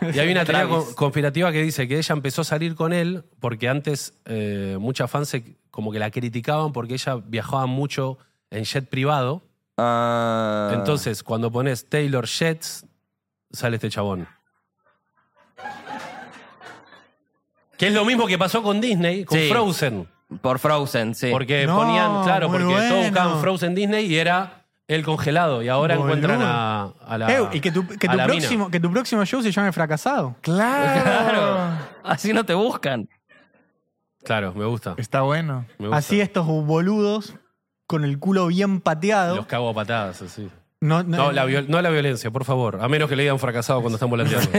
Speaker 3: Y hay una teoría
Speaker 1: Travis.
Speaker 3: co- conspirativa que dice que ella empezó a salir con él porque antes eh, muchas fans se- como que la criticaban porque ella viajaba mucho en jet privado.
Speaker 1: Ah.
Speaker 3: Entonces, cuando pones Taylor Jets, sale este chabón. Que es lo mismo que pasó con Disney, con
Speaker 1: Sí.
Speaker 3: Frozen.
Speaker 1: Por Frozen, sí.
Speaker 3: Porque
Speaker 2: No,
Speaker 3: ponían, claro,
Speaker 2: muy
Speaker 3: porque todos buscaban
Speaker 2: bueno.
Speaker 3: Frozen Disney y era el congelado. Y ahora
Speaker 2: Boludo.
Speaker 3: encuentran a, a la.
Speaker 2: Eh, y que tu, que
Speaker 3: a
Speaker 2: tu
Speaker 3: la mina.
Speaker 2: próximo, que tu próximo show se llame Fracasado.
Speaker 1: Claro. Así no te buscan.
Speaker 3: Claro, me gusta.
Speaker 4: Está bueno.
Speaker 3: me gusta.
Speaker 2: Así estos boludos con el culo bien
Speaker 3: Los
Speaker 2: pateado.
Speaker 3: cago a patadas, así.
Speaker 2: No, no-
Speaker 3: No, la viol- no la violencia, por favor. A menos que le digan fracasado cuando están volanteando.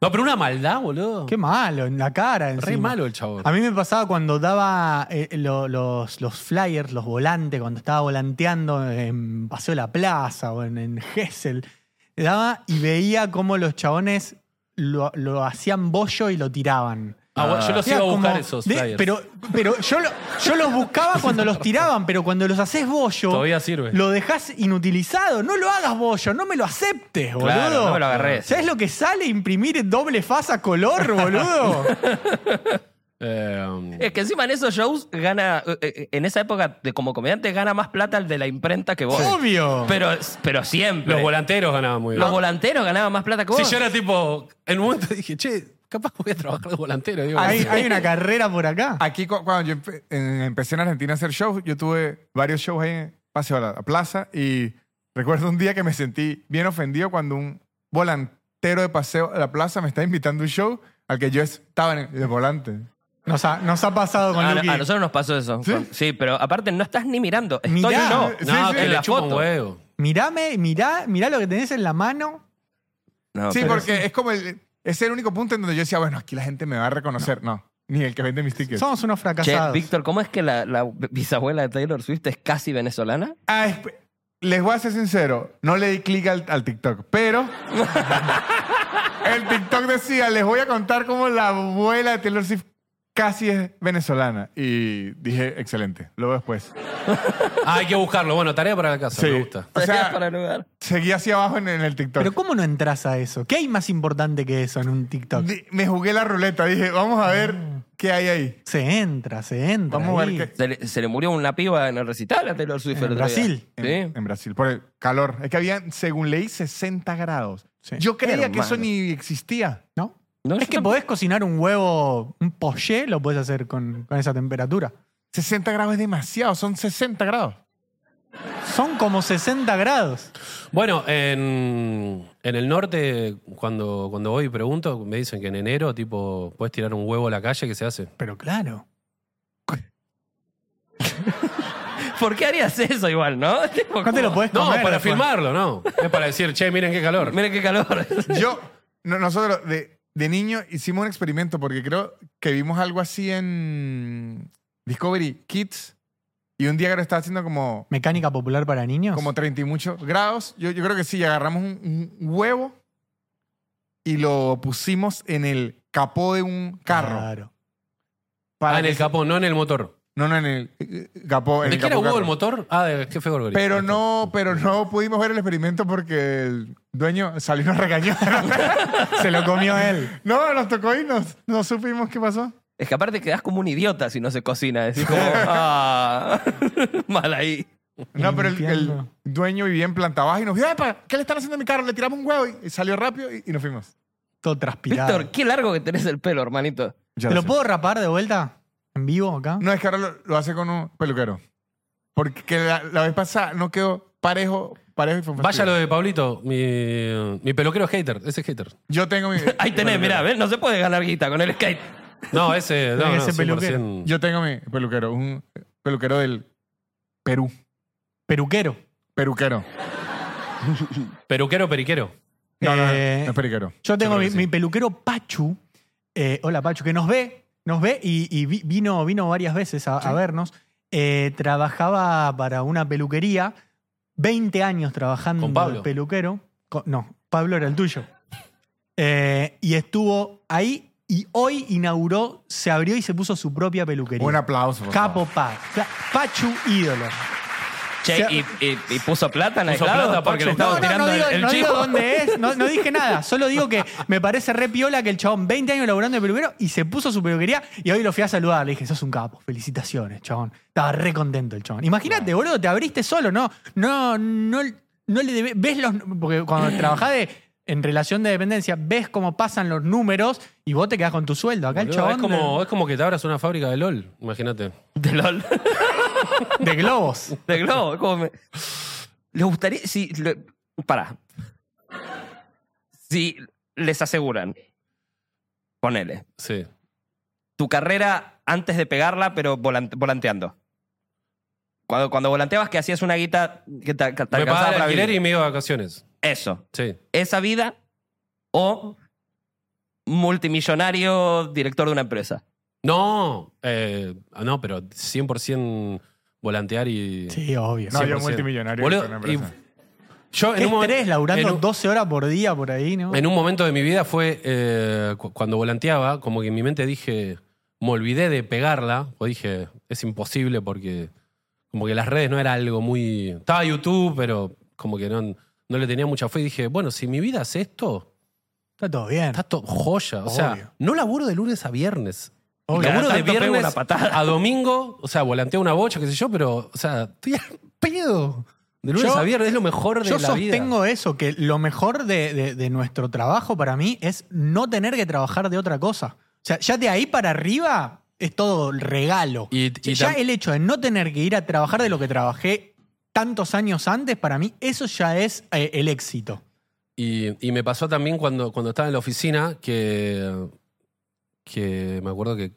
Speaker 3: No, pero una maldad, boludo.
Speaker 2: Qué malo, en la cara.
Speaker 3: Re
Speaker 2: encima.
Speaker 3: malo el chabón.
Speaker 2: A mí me pasaba cuando daba eh, lo- los, los flyers, los volantes, cuando estaba volanteando en Paseo de la Plaza o en, en Gessel. Daba y veía cómo los chabones lo, lo hacían bollo y lo tiraban.
Speaker 3: Ah, bueno, yo los
Speaker 2: Era
Speaker 3: iba a
Speaker 2: como-
Speaker 3: buscar esos
Speaker 2: de-
Speaker 3: flyers.
Speaker 2: pero pero yo, lo- yo los buscaba cuando los tiraban, pero cuando los haces bollo,
Speaker 3: Todavía sirve.
Speaker 2: lo dejás inutilizado. No lo hagas bollo, no me lo aceptes, boludo.
Speaker 1: Claro, no me lo agarrés.
Speaker 2: ¿Sabes lo que sale imprimir doble faz a color, boludo?
Speaker 3: Eh,
Speaker 1: Es que encima en esos shows gana, eh, eh, en esa época de como comediante gana más plata el de la imprenta que vos.
Speaker 2: Obvio.
Speaker 1: Pero, pero siempre.
Speaker 3: los volanteros ganaban muy bien.
Speaker 1: Los volanteros ganaban más plata que vos.
Speaker 3: Sí, yo era tipo. En un momento dije, che, capaz voy a trabajar de volantero. digo.
Speaker 2: Hay, hay una carrera por acá.
Speaker 4: Aquí cu- cuando yo empe- en- empecé en Argentina a hacer shows, yo tuve varios shows ahí en Paseo a la Plaza y recuerdo un día que me sentí bien ofendido cuando un volantero de Paseo a la Plaza me está invitando a un show al que yo estaba en el volante.
Speaker 2: Nos ha, nos ha pasado con
Speaker 1: A,
Speaker 2: Luqui.
Speaker 1: a nosotros nos pasó eso.
Speaker 4: ¿Sí?
Speaker 1: Con- pero aparte no estás ni mirando. Estoy
Speaker 2: Mirá.
Speaker 1: yo.
Speaker 4: Sí,
Speaker 3: no,
Speaker 4: sí.
Speaker 3: que
Speaker 1: En
Speaker 3: le
Speaker 1: la
Speaker 3: chupa un
Speaker 1: foto.
Speaker 3: huevo.
Speaker 2: Mirame, mirá, mirá lo que tenés en la mano.
Speaker 1: No,
Speaker 4: sí,
Speaker 1: pero-
Speaker 4: porque es como el, es el único punto en donde yo decía, bueno, aquí la gente me va a reconocer. No, ni el que vende mis tickets.
Speaker 2: Somos unos
Speaker 1: Che,
Speaker 2: fracasados.
Speaker 1: Víctor, ¿cómo es que la, la bisabuela de Taylor Swift es casi venezolana?
Speaker 4: Ah, esp- les voy a ser sincero, no le di clic al, al TikTok, pero el TikTok decía, les voy a contar cómo la abuela de Taylor Swift casi es venezolana. Y dije, excelente, lo veo después.
Speaker 3: Ah, hay que buscarlo. Bueno, tarea para la casa,
Speaker 4: Sí.
Speaker 3: me gusta.
Speaker 4: O sea,
Speaker 1: para el lugar.
Speaker 4: Seguí hacia abajo en, en el TikTok.
Speaker 2: Pero ¿cómo no entras a eso? ¿Qué hay más importante que eso en un TikTok?
Speaker 4: Di- Me jugué la ruleta, dije, vamos a ver
Speaker 2: Mm.
Speaker 4: qué hay ahí.
Speaker 2: Se entra, se entra.
Speaker 4: Vamos a
Speaker 2: ahí.
Speaker 4: ver qué...
Speaker 1: Se le, se le murió una piba en el recital a Taylor Swift.
Speaker 2: En
Speaker 1: el otro día.
Speaker 2: Brasil.
Speaker 1: Sí.
Speaker 4: En, en Brasil, por el calor. Es que habían, según leí, 60 grados.
Speaker 2: Sí.
Speaker 4: Yo creía que
Speaker 1: Hermano.
Speaker 4: eso ni existía.
Speaker 2: ¿No?
Speaker 1: No,
Speaker 2: Es
Speaker 1: yo
Speaker 2: que
Speaker 1: tampoco-
Speaker 2: podés cocinar un huevo, un poché, lo podés hacer con, con esa temperatura.
Speaker 4: 60 grados es demasiado, son 60 grados.
Speaker 2: Son como 60 grados.
Speaker 3: Bueno, en, en el norte, cuando, cuando voy y pregunto, me dicen que en enero, tipo, puedes tirar un huevo a la calle, ¿qué se hace?
Speaker 2: Pero claro.
Speaker 1: ¿Por qué harías eso igual, no? Tipo,
Speaker 2: No te lo
Speaker 1: ¿cómo?
Speaker 2: podés
Speaker 3: No,
Speaker 2: comer.
Speaker 3: para
Speaker 2: después.
Speaker 3: filmarlo, no. Es para decir, che, miren qué calor.
Speaker 1: Mira qué calor.
Speaker 4: Yo, no- nosotros de, de niño hicimos un experimento porque creo que vimos algo así en Discovery Kids y un día que lo estaba haciendo como,
Speaker 2: Mecánica popular para niños.
Speaker 4: como 30 y muchos grados. Yo, yo creo que sí, agarramos un, un huevo y lo pusimos en el capó de un carro.
Speaker 2: Claro.
Speaker 3: Ah,
Speaker 4: para
Speaker 3: en
Speaker 4: que
Speaker 3: el
Speaker 4: se-
Speaker 3: capó, no en el motor.
Speaker 4: No, no, en el eh, capó. En
Speaker 3: ¿De
Speaker 4: el
Speaker 3: qué era
Speaker 4: capó
Speaker 3: huevo
Speaker 4: carro.
Speaker 3: el motor? Ah, de jefe Gorgori.
Speaker 4: Pero no, pero no pudimos ver el experimento porque el dueño salió y nos regañó.
Speaker 2: Se lo comió él.
Speaker 4: no, nos tocó y nos, no supimos qué pasó.
Speaker 1: Es que aparte quedás como un idiota si no se cocina. Decís como, ah, mal ahí.
Speaker 4: No, pero el, el
Speaker 2: Limpiando.
Speaker 4: dueño vivía en planta baja y nos dijo, "Epa, ¿qué le están haciendo a mi carro? Le tiramos un huevo y, y salió rápido y, y nos fuimos.
Speaker 2: Todo transpirado.
Speaker 1: Víctor, qué largo que tenés el pelo, hermanito.
Speaker 2: ¿Te lo puedo rapar de vuelta? ¿En vivo acá?
Speaker 4: No, es que ahora lo, lo hace con un peluquero. Porque la, la vez pasada no quedó parejo, parejo y fue un
Speaker 3: Vaya lo
Speaker 4: fastidio.
Speaker 3: de Pablito, mi, mi peluquero es hater, ese es hater.
Speaker 4: Yo tengo mi...
Speaker 1: Ahí tenés, mirá, ¿ves? no se puede ganar guita con el skate.
Speaker 3: No, ese, no,
Speaker 2: Ese
Speaker 3: no,
Speaker 2: peluquero.
Speaker 3: 100%.
Speaker 4: Yo tengo mi peluquero, un peluquero del Perú.
Speaker 2: Peruquero.
Speaker 4: Peruquero.
Speaker 3: Peluquero, periquero.
Speaker 4: No, no, no,
Speaker 2: Eh,
Speaker 4: no es periquero.
Speaker 2: Yo tengo
Speaker 3: creo
Speaker 2: mi,
Speaker 3: que sí.
Speaker 2: mi peluquero Pachu. Eh, hola Pachu, que nos ve, nos ve y, y vi- vino, vino varias veces a, a vernos. Eh, trabajaba para una peluquería, 20 años trabajando
Speaker 3: Con Pablo.
Speaker 2: de peluquero. Con- no, Pablo era el tuyo. Eh, y estuvo ahí y hoy inauguró, se abrió y se puso su propia peluquería.
Speaker 4: Un aplauso. por
Speaker 2: Capo
Speaker 4: favor.
Speaker 2: Pa- Cla- Pachu ídolo.
Speaker 1: Che, y, y- y puso plata en el
Speaker 3: Puso plata,
Speaker 1: porque le estaba
Speaker 2: No,
Speaker 3: Pacho.
Speaker 2: no,
Speaker 1: tirando
Speaker 2: no digo,
Speaker 1: el, el
Speaker 2: no digo
Speaker 1: chivo.
Speaker 2: dónde es, no, no dije nada. Solo digo que me parece re piola que el chabón 20 años laburando de peluquero y se puso su peluquería y hoy lo fui a saludar. Le dije, sos un capo, felicitaciones, chabón. Estaba re contento el chabón. Imagínate, boludo, te abriste solo, ¿no? No, no, no le debe- ves los... Porque cuando trabajás de- en relación de dependencia, ves cómo pasan los números y vos te quedás con tu sueldo. Acá el
Speaker 3: Boludo,
Speaker 2: chabón
Speaker 3: es, como, es como que te abras una fábrica de LOL, imagínate.
Speaker 1: De LOL.
Speaker 2: de, de globos.
Speaker 1: De globo. es como me- Le gustaría. Si. le- Pará. Si les aseguran. Ponele.
Speaker 3: Sí.
Speaker 1: tu carrera antes de pegarla, pero volan- volanteando. Cuando, cuando volanteabas, que hacías una guita que te, que te
Speaker 3: Me
Speaker 1: alcanzaba
Speaker 3: pagaba el
Speaker 1: para
Speaker 3: alquiler y
Speaker 1: vivir.
Speaker 3: me iba de vacaciones.
Speaker 1: Eso.
Speaker 3: Sí.
Speaker 1: Esa vida o multimillonario director de una empresa.
Speaker 3: No, eh, no, pero 100% volantear y...
Speaker 2: Sí, obvio.
Speaker 4: No, yo
Speaker 3: 100%.
Speaker 4: multimillonario.
Speaker 3: Boludo,
Speaker 4: con una empresa.
Speaker 3: y- yo en
Speaker 2: Qué
Speaker 3: un momento-
Speaker 2: estrés, laburando
Speaker 3: en un-
Speaker 2: 12 horas por día por ahí, ¿no?
Speaker 3: En un momento de mi vida fue eh, cu- cuando volanteaba, como que en mi mente dije, me olvidé de pegarla, o dije, es imposible porque como que las redes no era algo muy... Estaba YouTube, pero como que no, no le tenía mucha fe y dije, bueno, si mi vida es esto,
Speaker 2: Está todo bien.
Speaker 3: está todo joya. O
Speaker 2: Obvio.
Speaker 3: sea, no laburo de lunes a viernes.
Speaker 1: Obvio.
Speaker 3: laburo
Speaker 1: Cada
Speaker 3: de
Speaker 1: tanto pego
Speaker 3: viernes
Speaker 1: una patada.
Speaker 3: a domingo, o sea, volanteo una bocha, qué sé yo, pero, o sea, estoy al pedo. De lunes
Speaker 2: Yo-
Speaker 3: a viernes es lo mejor de
Speaker 2: Yo
Speaker 3: la vida.
Speaker 2: sostengo eso, que lo mejor de, de- de nuestro trabajo para mí es no tener que trabajar de otra cosa. O sea, ya de ahí para arriba es todo regalo.
Speaker 3: Y- y
Speaker 2: ya
Speaker 3: tam-
Speaker 2: el hecho de no tener que ir a trabajar de lo que trabajé tantos años antes, para mí eso ya es eh, el éxito.
Speaker 3: Y, y me pasó también cuando, cuando estaba en la oficina que, que me acuerdo que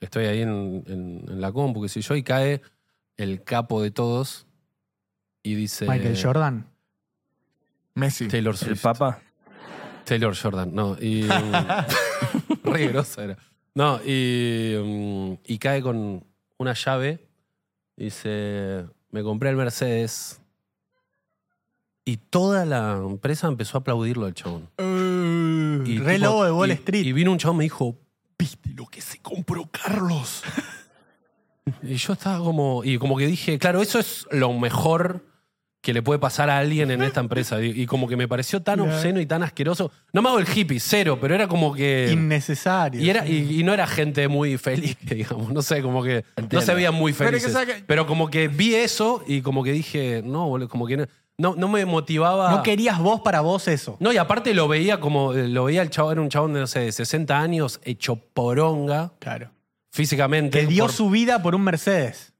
Speaker 3: estoy ahí en, en- en la compu, que sé yo, y cae el capo de todos y dice...
Speaker 2: Michael Jordan.
Speaker 4: Messi.
Speaker 3: Taylor Swift.
Speaker 1: El Papa.
Speaker 3: Taylor Jordan, no. Y, mm, re grosa era. No, y, mm, y cae con una llave. Dice, me compré el Mercedes. Y toda la empresa empezó a aplaudirlo al chabón.
Speaker 2: y
Speaker 3: Y
Speaker 2: re
Speaker 3: tipo-
Speaker 2: lobo de Wall
Speaker 3: y-
Speaker 2: Street.
Speaker 3: Y vino un chavo y me dijo, ¿viste lo que se compró Carlos? y yo estaba como, y como que dije, claro, eso es lo mejor que le puede pasar a alguien en esta empresa. Y, y como que me pareció tan
Speaker 2: Claro.
Speaker 3: obsceno y tan asqueroso. No me hago el hippie, cero, pero era como que...
Speaker 2: Innecesario.
Speaker 3: Y, era, y, y no era gente muy feliz, digamos, no sé, como que no
Speaker 1: Entiendo.
Speaker 3: se veían muy
Speaker 4: Pero que
Speaker 3: felices. Pero,
Speaker 4: saque-
Speaker 3: como que vi eso y como que dije, no, boludo, como que no, no, no me motivaba.
Speaker 2: No querías vos para vos eso.
Speaker 3: No, y aparte lo veía como, eh, lo veía el chabón, era un chabón de, no sé, de 60 años, hecho poronga
Speaker 2: Claro.
Speaker 3: físicamente.
Speaker 2: Que dio
Speaker 3: Por-
Speaker 2: su vida por un Mercedes.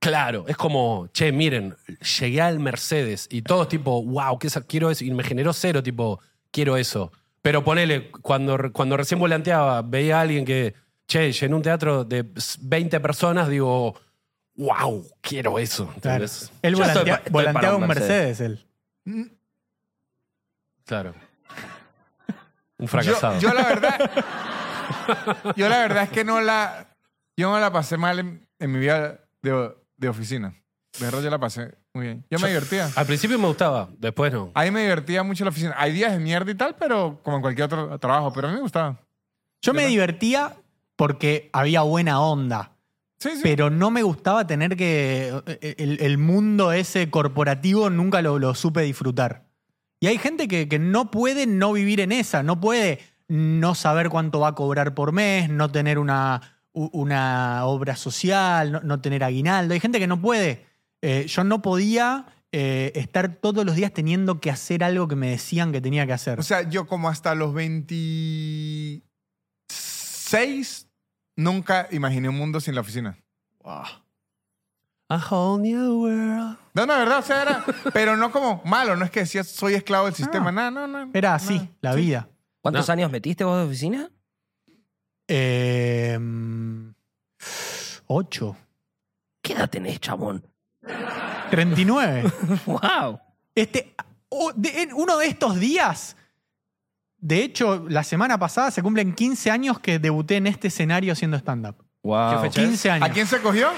Speaker 3: Claro, es como, che, miren, llegué al Mercedes y todos tipo, wow, ¿qué es- quiero eso. Y me generó cero, tipo, quiero eso. Pero ponele, cuando, re- cuando recién volanteaba, veía a alguien que, che, llené un teatro de 20 personas, digo, wow, quiero eso.
Speaker 2: Claro.
Speaker 3: ¿entendés?
Speaker 2: Él
Speaker 1: Yo estoy
Speaker 2: volantea-
Speaker 1: pa- estoy
Speaker 2: volanteaba
Speaker 1: para
Speaker 2: un
Speaker 1: un
Speaker 2: Mercedes, él.
Speaker 3: Claro. Un
Speaker 4: Yo,
Speaker 3: fracasado.
Speaker 4: yo la verdad. yo la verdad es que no la. Yo no la pasé mal en, en mi vida de, de oficina. De verdad yo la pasé muy bien. Yo me divertía.
Speaker 3: Al principio me gustaba, después no.
Speaker 4: A mí me divertía mucho la oficina. Hay días de mierda y tal, pero como en cualquier otro trabajo, pero a mí me gustaba.
Speaker 2: Yo me divertía porque había buena onda,
Speaker 4: Sí, sí.
Speaker 2: pero no me gustaba tener que... eh, El, el mundo ese corporativo nunca lo, lo supe disfrutar. Y hay gente que, que no puede no vivir en esa, no puede no saber cuánto va a cobrar por mes, no tener una, u- una obra social, no, no tener aguinaldo. Hay gente que no puede. Eh, yo no podía eh, estar todos los días teniendo que hacer algo que me decían que tenía que hacer.
Speaker 4: O sea, yo como hasta los 26 nunca imaginé un mundo sin la oficina.
Speaker 3: A whole new world.
Speaker 4: No, no, de verdad, o sea, era, pero no como malo, no es que decías soy esclavo del sistema, no, no, no.
Speaker 2: Ah. Era así
Speaker 4: no.
Speaker 2: la
Speaker 4: Sí.
Speaker 2: vida.
Speaker 1: ¿Cuántos años metiste vos de oficina?
Speaker 2: Eh, ocho.
Speaker 1: ¿Qué edad tenés, chabón?
Speaker 2: 39.
Speaker 1: ¡Wow!
Speaker 2: Este, o- de- en uno de estos días, de hecho, la semana pasada se cumplen 15 años que debuté en este escenario haciendo stand-up.
Speaker 1: wow.
Speaker 3: fecha?
Speaker 2: 15 años.
Speaker 4: ¿A quién se cogió?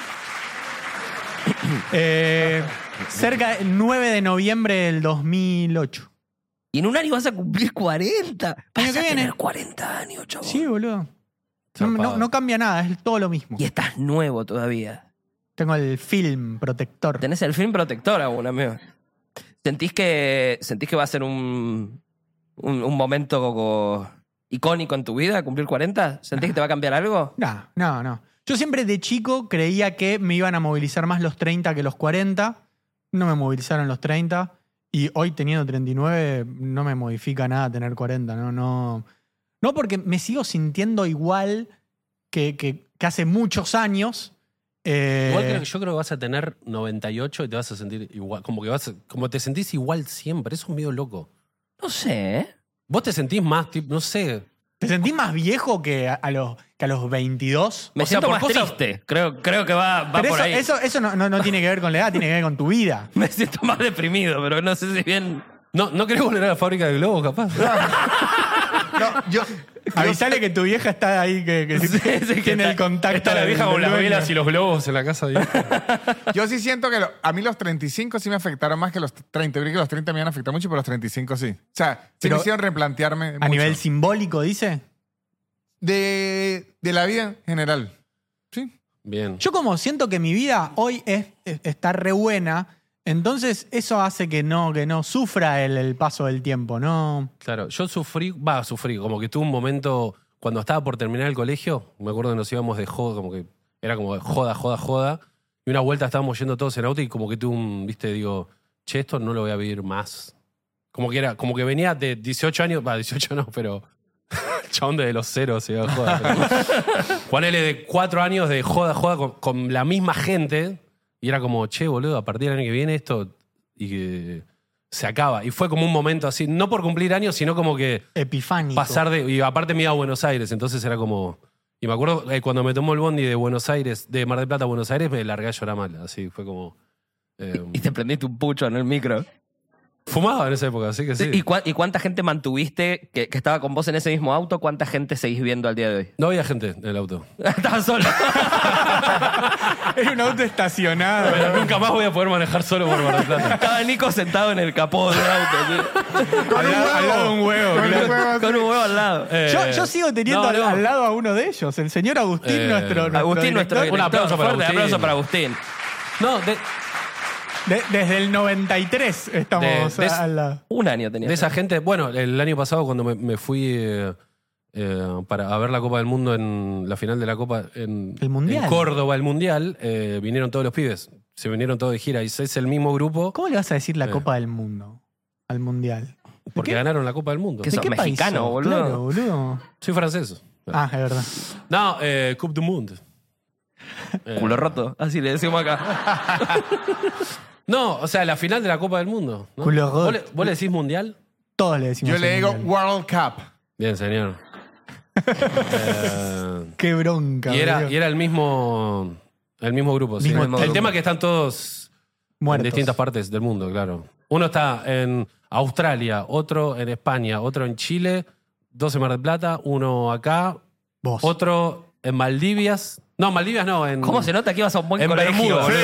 Speaker 2: Eh, cerca del 9 de noviembre del 2008.
Speaker 1: Y en un año vas a cumplir 40. Vas
Speaker 2: Año que
Speaker 1: a
Speaker 2: viene.
Speaker 1: tener 40 años, chabón.
Speaker 2: Sí, boludo. No, no- no cambia nada, es todo lo mismo.
Speaker 1: Y estás nuevo todavía.
Speaker 2: Tengo el film protector.
Speaker 1: Tenés el film protector aún, amigo. ¿Sentís que, sentís que va a ser un, un, un momento como icónico en tu vida, cumplir 40? ¿Sentís que te va a cambiar algo?
Speaker 2: No, no, no. Yo siempre de chico creía que me iban a movilizar más los 30 que los 40. No me movilizaron los 30. Y hoy teniendo 39 no me modifica nada tener 40. No, no. No porque me sigo sintiendo igual que, que- que hace muchos años. Eh,
Speaker 3: Igual creo que yo creo que vas a tener 98 y te vas a sentir igual. Como que vas a- como te sentís igual siempre. Eso es medio loco.
Speaker 1: No sé, ¿eh?
Speaker 3: Vos te sentís más, tipo, no sé.
Speaker 2: ¿Te sentís más viejo que a, a los, que a los 22?
Speaker 1: Me
Speaker 3: O sea,
Speaker 1: siento
Speaker 3: por
Speaker 1: más
Speaker 3: cosas-
Speaker 1: triste. Creo, creo que va, va
Speaker 2: Pero
Speaker 1: por
Speaker 2: eso,
Speaker 1: ahí.
Speaker 2: eso, eso no, no- no tiene que ver con la edad, tiene que ver con tu vida.
Speaker 1: Me siento más deprimido, pero no sé si bien.
Speaker 3: No, no querés volver a la fábrica de globos, capaz.
Speaker 4: No, yo,
Speaker 2: Avisale que tu vieja está ahí, que, que
Speaker 1: Sí, sí, que
Speaker 2: tiene
Speaker 1: está-
Speaker 2: el contacto.
Speaker 3: Está la
Speaker 2: del-
Speaker 3: vieja con
Speaker 2: del
Speaker 3: las
Speaker 2: dueño.
Speaker 3: velas y los globos en la casa. de-
Speaker 4: yo sí siento que lo- a mí los 35 sí me afectaron más que los 30. Yo creo que los 30 me iban a afectar mucho, pero los 35 sí. O sea, sí
Speaker 2: Pero-
Speaker 4: me hicieron replantearme.
Speaker 2: A
Speaker 4: mucho.
Speaker 2: nivel simbólico, dice.
Speaker 4: de, de la vida en general. Sí.
Speaker 3: Bien.
Speaker 2: Yo como siento que mi vida hoy es, es- está re buena, entonces eso hace que no, que no sufra el, el paso del tiempo, ¿no?
Speaker 3: Claro, yo sufrí, va, sufrí, como que tuve un momento cuando estaba por terminar el colegio, me acuerdo que nos íbamos de joda, como que era como de joda, joda, joda, y una vuelta estábamos yendo todos en auto y como que tuve un, viste, digo, che, esto no lo voy a vivir más. Como que era, como que venía de 18 años, va, 18 no, pero chabón de los ceros, se iba a joda. pero- Ponele de 4 años de joda, joda con, con la misma gente, y era como, che, boludo, a partir del año que viene esto, y que se acaba. Y fue como un momento así, no por cumplir años, sino como que
Speaker 2: Epifánico.
Speaker 3: pasar de. Y aparte me iba a Buenos Aires, entonces era como. Y me acuerdo eh, cuando me tomó el bondi de Buenos Aires, de Mar del Plata a Buenos Aires, me largué a llorar mal. Así fue como. eh,
Speaker 1: Y te prendiste un pucho en el micro.
Speaker 3: fumaba en esa época, así que sí.
Speaker 1: ¿Y, cua- y cuánta gente mantuviste que, que estaba con vos en ese mismo auto? ¿Cuánta gente seguís viendo al día de hoy?
Speaker 3: No había gente en el auto.
Speaker 1: Estaba solo.
Speaker 2: Era un auto estacionado.
Speaker 3: Pero nunca más voy a poder manejar solo por Mar del Plata.
Speaker 1: Estaba Nico sentado en el capó del auto,
Speaker 4: Con
Speaker 2: Al lado- al lado de un huevo,
Speaker 4: Con un
Speaker 2: claro.
Speaker 1: así,
Speaker 4: huevo,
Speaker 1: con
Speaker 4: sí.
Speaker 1: un huevo al lado.
Speaker 3: Eh,
Speaker 2: Yo, yo sigo teniendo
Speaker 3: no,
Speaker 2: al,
Speaker 3: no.
Speaker 2: al lado a uno de ellos, el señor Agustín,
Speaker 3: Eh,
Speaker 2: nuestro, nuestro
Speaker 1: Agustín, nuestro
Speaker 2: director,
Speaker 1: director.
Speaker 3: aplauso para
Speaker 1: Fuerte
Speaker 3: Agustín.
Speaker 1: aplauso para Agustín.
Speaker 3: No, de,
Speaker 2: de- desde el 93 estamos
Speaker 3: De- de-
Speaker 2: al lado.
Speaker 1: Un año tenía.
Speaker 3: de esa gente. Bueno, el año pasado cuando me, me fui eh, eh, para a ver la Copa del Mundo en la final de la Copa en,
Speaker 2: El Mundial.
Speaker 3: en Córdoba, el Mundial, eh, vinieron todos los pibes. Se vinieron todos de gira y es el mismo grupo
Speaker 2: ¿Cómo le vas a decir la
Speaker 3: Eh.
Speaker 2: Copa del Mundo al Mundial? ¿De
Speaker 3: porque
Speaker 2: qué-
Speaker 3: ganaron la Copa del Mundo.
Speaker 1: ¿Qué
Speaker 2: de
Speaker 1: sos,
Speaker 2: qué país
Speaker 1: mexicano,
Speaker 2: sos?
Speaker 1: boludo?
Speaker 2: Claro, boludo.
Speaker 3: Soy francés.
Speaker 2: Ah, es verdad.
Speaker 3: No, eh, Coupe du Monde. Eh,
Speaker 1: Culo roto, así le decimos acá.
Speaker 3: No, o sea, la final de la Copa del Mundo. ¿no?
Speaker 2: Culo roto.
Speaker 3: ¿Vos le, vos le decís mundial?
Speaker 2: Todos le decimos.
Speaker 4: Yo le
Speaker 2: el
Speaker 4: digo
Speaker 2: Mundial.
Speaker 4: World Cup.
Speaker 3: Bien, señor. Eh,
Speaker 2: Qué bronca.
Speaker 3: y, era,
Speaker 2: boludo.
Speaker 3: y era el mismo el mismo grupo. sí.
Speaker 2: Mismo
Speaker 3: el
Speaker 1: grupo.
Speaker 3: tema es que están todos
Speaker 2: Muertos.
Speaker 3: en distintas partes del mundo, claro. Uno está en Australia, otro en España, otro en Chile, dos en Mar del Plata, uno acá,
Speaker 2: Vos.
Speaker 3: otro en Maldivias. No, Maldivias no, en...
Speaker 1: ¿Cómo se nota que ibas a un buen
Speaker 3: En
Speaker 1: colegio,
Speaker 3: Bermuda,
Speaker 1: boludo?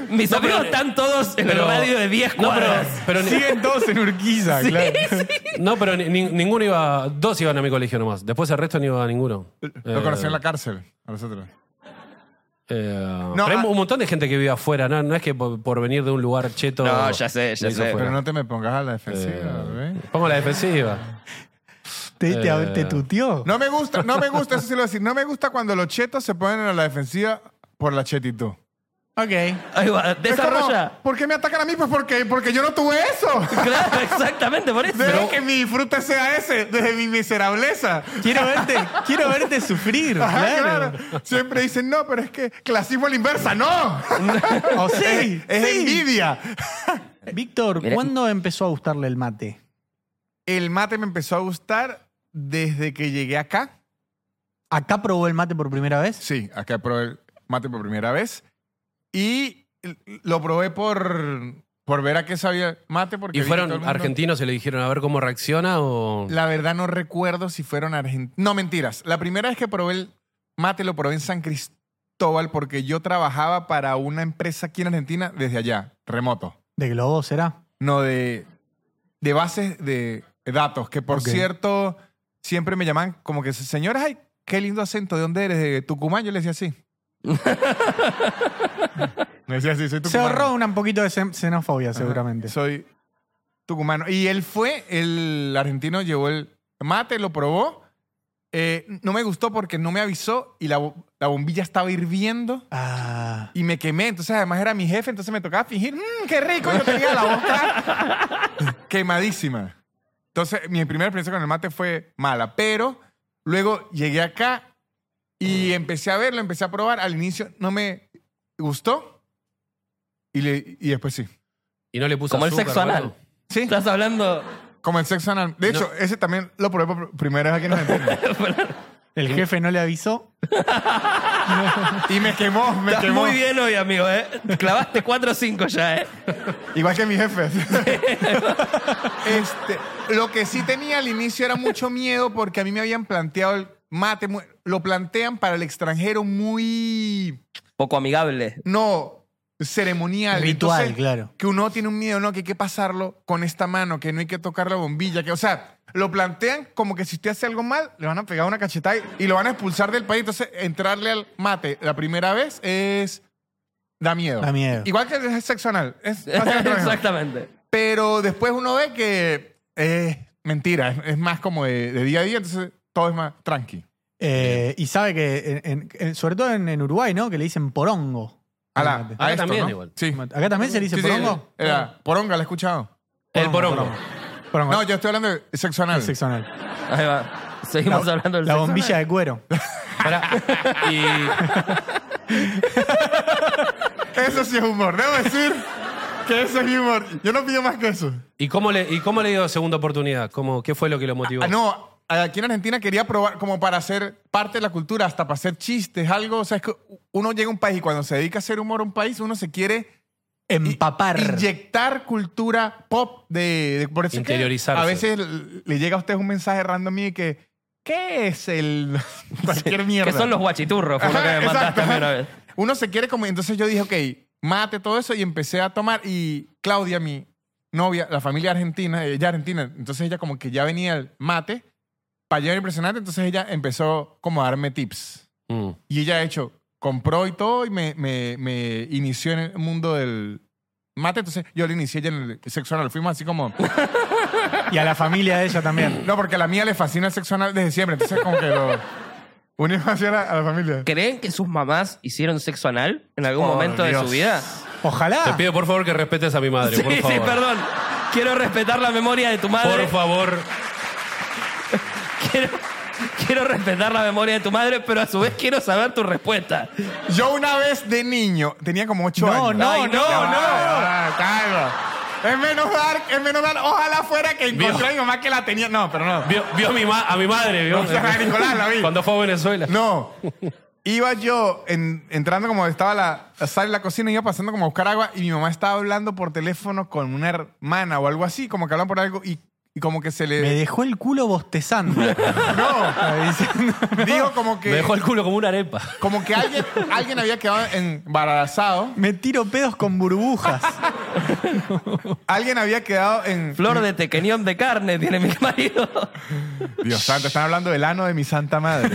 Speaker 4: Sí, sí,
Speaker 1: Mis
Speaker 3: No,
Speaker 1: amigos
Speaker 3: pero-
Speaker 1: están todos en
Speaker 3: pero-
Speaker 1: el radio de 10
Speaker 3: No, pero,
Speaker 1: cuadras.
Speaker 3: pero ni-
Speaker 2: Siguen todos en Urquiza, claro.
Speaker 3: No, pero ni- ni- ninguno iba. Dos iban a mi colegio nomás. Después el resto no iba a ninguno.
Speaker 4: Lo
Speaker 3: Eh,
Speaker 4: conocí en la cárcel. A nosotros.
Speaker 3: eh,
Speaker 4: No,
Speaker 3: pero hay
Speaker 4: ah-
Speaker 3: un montón de gente que vive afuera, ¿no? No es que por, por venir de un lugar cheto.
Speaker 1: No, ya sé, ya
Speaker 3: lo hizo
Speaker 1: sé.
Speaker 4: Pero
Speaker 3: afuera.
Speaker 4: no te me pongas a la defensiva,
Speaker 3: Eh,
Speaker 4: bebé.
Speaker 3: pongo la defensiva.
Speaker 2: Te, te,
Speaker 3: Eh.
Speaker 2: te tuteó.
Speaker 4: No me gusta, no me gusta, eso sí lo voy a decir. No me gusta cuando los chetos se ponen a la defensiva por la chetitud.
Speaker 2: Ok.
Speaker 1: Ahí va,
Speaker 4: Es como,
Speaker 1: desarrolla.
Speaker 4: ¿Por qué me atacan a mí? Pues porque, porque yo no tuve eso.
Speaker 1: Claro, exactamente, por eso.
Speaker 4: Debe que mi disfrute sea ese, desde mi miserableza.
Speaker 2: Quiero verte, quiero verte sufrir,
Speaker 4: Ajá,
Speaker 2: claro.
Speaker 4: claro. Siempre dicen, no, pero es que clasismo a la inversa, no.
Speaker 2: O Oh, sí,
Speaker 4: Es
Speaker 2: sí.
Speaker 4: envidia.
Speaker 2: Víctor,
Speaker 1: Mira.
Speaker 2: ¿cuándo empezó a gustarle el mate?
Speaker 4: El mate me empezó a gustar desde que llegué acá.
Speaker 2: ¿Acá probó el mate por primera vez?
Speaker 4: Sí, acá probé el mate por primera vez. Y lo probé por, por ver a qué sabía mate. Porque
Speaker 3: ¿Y
Speaker 4: vi que todo el
Speaker 3: fueron
Speaker 4: mundo-
Speaker 3: argentinos y le dijeron a ver cómo reacciona o.?
Speaker 4: La verdad no recuerdo si fueron argentinos. No, mentiras. La primera vez que probé el mate lo probé en San Cristóbal porque yo trabajaba para una empresa aquí en Argentina desde allá, remoto.
Speaker 2: ¿De globo será?
Speaker 4: No, de, de bases de datos, que por
Speaker 2: Ok.
Speaker 4: cierto siempre me llaman como que, señores, ay, qué lindo acento, ¿de dónde eres? ¿De Tucumán? Yo les decía así. Me decía así, soy
Speaker 2: Se
Speaker 4: tucumano.
Speaker 2: ahorró una- un poquito de xen- xenofobia, seguramente.
Speaker 4: Soy tucumano. Y él fue, el argentino llevó el mate, lo probó. Eh, no me gustó porque no me avisó y la, bo- la bombilla estaba hirviendo
Speaker 2: Ah.
Speaker 4: y me quemé. Entonces, además era mi jefe, entonces me tocaba fingir, mmm, qué rico, yo tenía la boca quemadísima. Entonces, mi primera experiencia con el mate fue mala, pero luego llegué acá y empecé a verlo, empecé a probar. Al inicio no me gustó y, le- y después sí.
Speaker 3: Y no le puso
Speaker 1: Como el
Speaker 3: azúcar
Speaker 1: sexo
Speaker 3: o algo.
Speaker 1: anal.
Speaker 4: Sí.
Speaker 1: Estás hablando.
Speaker 4: Como el sexo anal. De hecho, ese también lo probé por primera vez aquí en Argentina.
Speaker 2: El jefe no le avisó.
Speaker 4: y me quemó, me
Speaker 1: Estás
Speaker 4: quemó.
Speaker 1: muy bien hoy, amigo, ¿eh? Clavaste 4 o 5 ya, ¿eh?
Speaker 4: Igual que mi jefe. este, lo que sí tenía al inicio era mucho miedo porque a mí me habían planteado el mate. mu- Lo plantean para el extranjero muy.
Speaker 1: Poco amigable.
Speaker 4: No, ceremonial.
Speaker 2: Ritual,
Speaker 4: Entonces,
Speaker 2: claro.
Speaker 4: Que uno tiene un miedo, no, que hay que pasarlo con esta mano, que no hay que tocar la bombilla. Que, o sea, lo plantean como que si usted hace algo mal, le van a pegar una cachetada y, y lo van a expulsar del país. Entonces, entrarle al mate la primera vez es. Da miedo.
Speaker 2: Da miedo.
Speaker 4: Igual que el sexo anal. Es básicamente lo mismo.
Speaker 1: Exactamente.
Speaker 4: Pero después uno ve que es mentira, es, es más como de, de día a día, entonces todo es más tranqui.
Speaker 2: Eh, y sabe que, en- en- en- sobre todo en, en Uruguay, ¿no? Que le dicen porongo.
Speaker 4: A la-
Speaker 2: Mate.
Speaker 4: a esto,
Speaker 3: Ah, también
Speaker 4: ¿no?
Speaker 3: igual.
Speaker 4: Sí.
Speaker 2: ¿Acá también se le dice
Speaker 4: Sí, sí,
Speaker 2: porongo?
Speaker 4: era- poronga, ¿la he escuchado?
Speaker 1: El porongo.
Speaker 2: Porongo.
Speaker 4: No, yo estoy hablando de sexo anal.
Speaker 2: Es sexo anal.
Speaker 1: Ahí va. Seguimos hablando del
Speaker 2: La
Speaker 1: sexo
Speaker 2: bombilla
Speaker 1: anal.
Speaker 2: de cuero.
Speaker 3: Pará. Y
Speaker 4: Eso sí es humor, debo decir que eso es humor. Yo no pido más que eso.
Speaker 3: ¿Y cómo le, y cómo le dio segunda oportunidad? ¿Cómo, ¿Qué fue lo que lo motivó?
Speaker 4: Ah, no, aquí en Argentina quería probar como para ser parte de la cultura, hasta para hacer chistes, algo. O sea, es que uno llega a un país y cuando se dedica a hacer humor a un país, uno se quiere
Speaker 2: Empapar.
Speaker 4: Inyectar cultura pop de, de- por eso es que
Speaker 3: Interiorizarse.
Speaker 4: A veces l- le llega a usted un mensaje random y que ¿qué es el cualquier mierda?
Speaker 1: Que son los guachiturros, fue lo que
Speaker 4: Ajá,
Speaker 1: me
Speaker 4: exacto.
Speaker 1: mandaste a mí una vez.
Speaker 4: Uno se quiere como entonces yo dije, ok, mate todo eso y empecé a tomar y Claudia mi novia, la familia argentina, ella argentina, entonces ella como que ya venía el mate para llevar impresionante, entonces ella empezó como a darme tips.
Speaker 3: Mm.
Speaker 4: Y ella, de hecho, compró y todo y me, me, me inició en el mundo del mate. Entonces yo le inicié ya en el sexo anal. Fuimos así como...
Speaker 2: Y a la familia de ella también.
Speaker 4: No, porque a la mía le fascina el sexo anal desde siempre. Entonces como que lo unimos así a la, a la familia.
Speaker 1: ¿Creen que sus mamás hicieron sexo anal en algún
Speaker 4: Por
Speaker 1: momento de
Speaker 4: Dios.
Speaker 1: su vida?
Speaker 2: Ojalá.
Speaker 3: Te pido por favor que respetes a mi madre,
Speaker 1: Sí,
Speaker 3: por favor.
Speaker 1: sí, perdón. Quiero respetar la memoria de tu madre.
Speaker 3: Por favor.
Speaker 1: Quiero, quiero respetar la memoria de tu madre, pero a su vez quiero saber tu respuesta.
Speaker 4: Yo una vez de niño, tenía como ocho
Speaker 2: No,
Speaker 4: años.
Speaker 2: no,
Speaker 1: Ay, no,
Speaker 4: Ya va,
Speaker 1: no.
Speaker 4: ya va, calma. Es menos dar, es menos dar. Ojalá fuera que encontré a mi mamá que la tenía. No, pero no.
Speaker 3: Vio, vio a mi ma- a mi madre, vio.
Speaker 4: No, a Nicolás la vi.
Speaker 3: Cuando fue a Venezuela.
Speaker 4: No. Iba yo en- entrando como estaba la, la sala de la cocina, iba pasando como a buscar agua y mi mamá estaba hablando por teléfono con una hermana o algo así, como que hablan por algo y, y como que se
Speaker 2: Me
Speaker 4: le...
Speaker 2: dejó el culo bostezando.
Speaker 4: No,
Speaker 2: Está diciendo.
Speaker 4: digo como
Speaker 3: Me
Speaker 4: que...
Speaker 3: dejó el culo como una arepa.
Speaker 4: Como que alguien, alguien había quedado embarazado,
Speaker 2: Me tiro pedos con burbujas.
Speaker 4: alguien había quedado en...
Speaker 1: Flor de tequeñón de carne tiene mi marido.
Speaker 4: Dios santo, están hablando del ano de mi santa madre.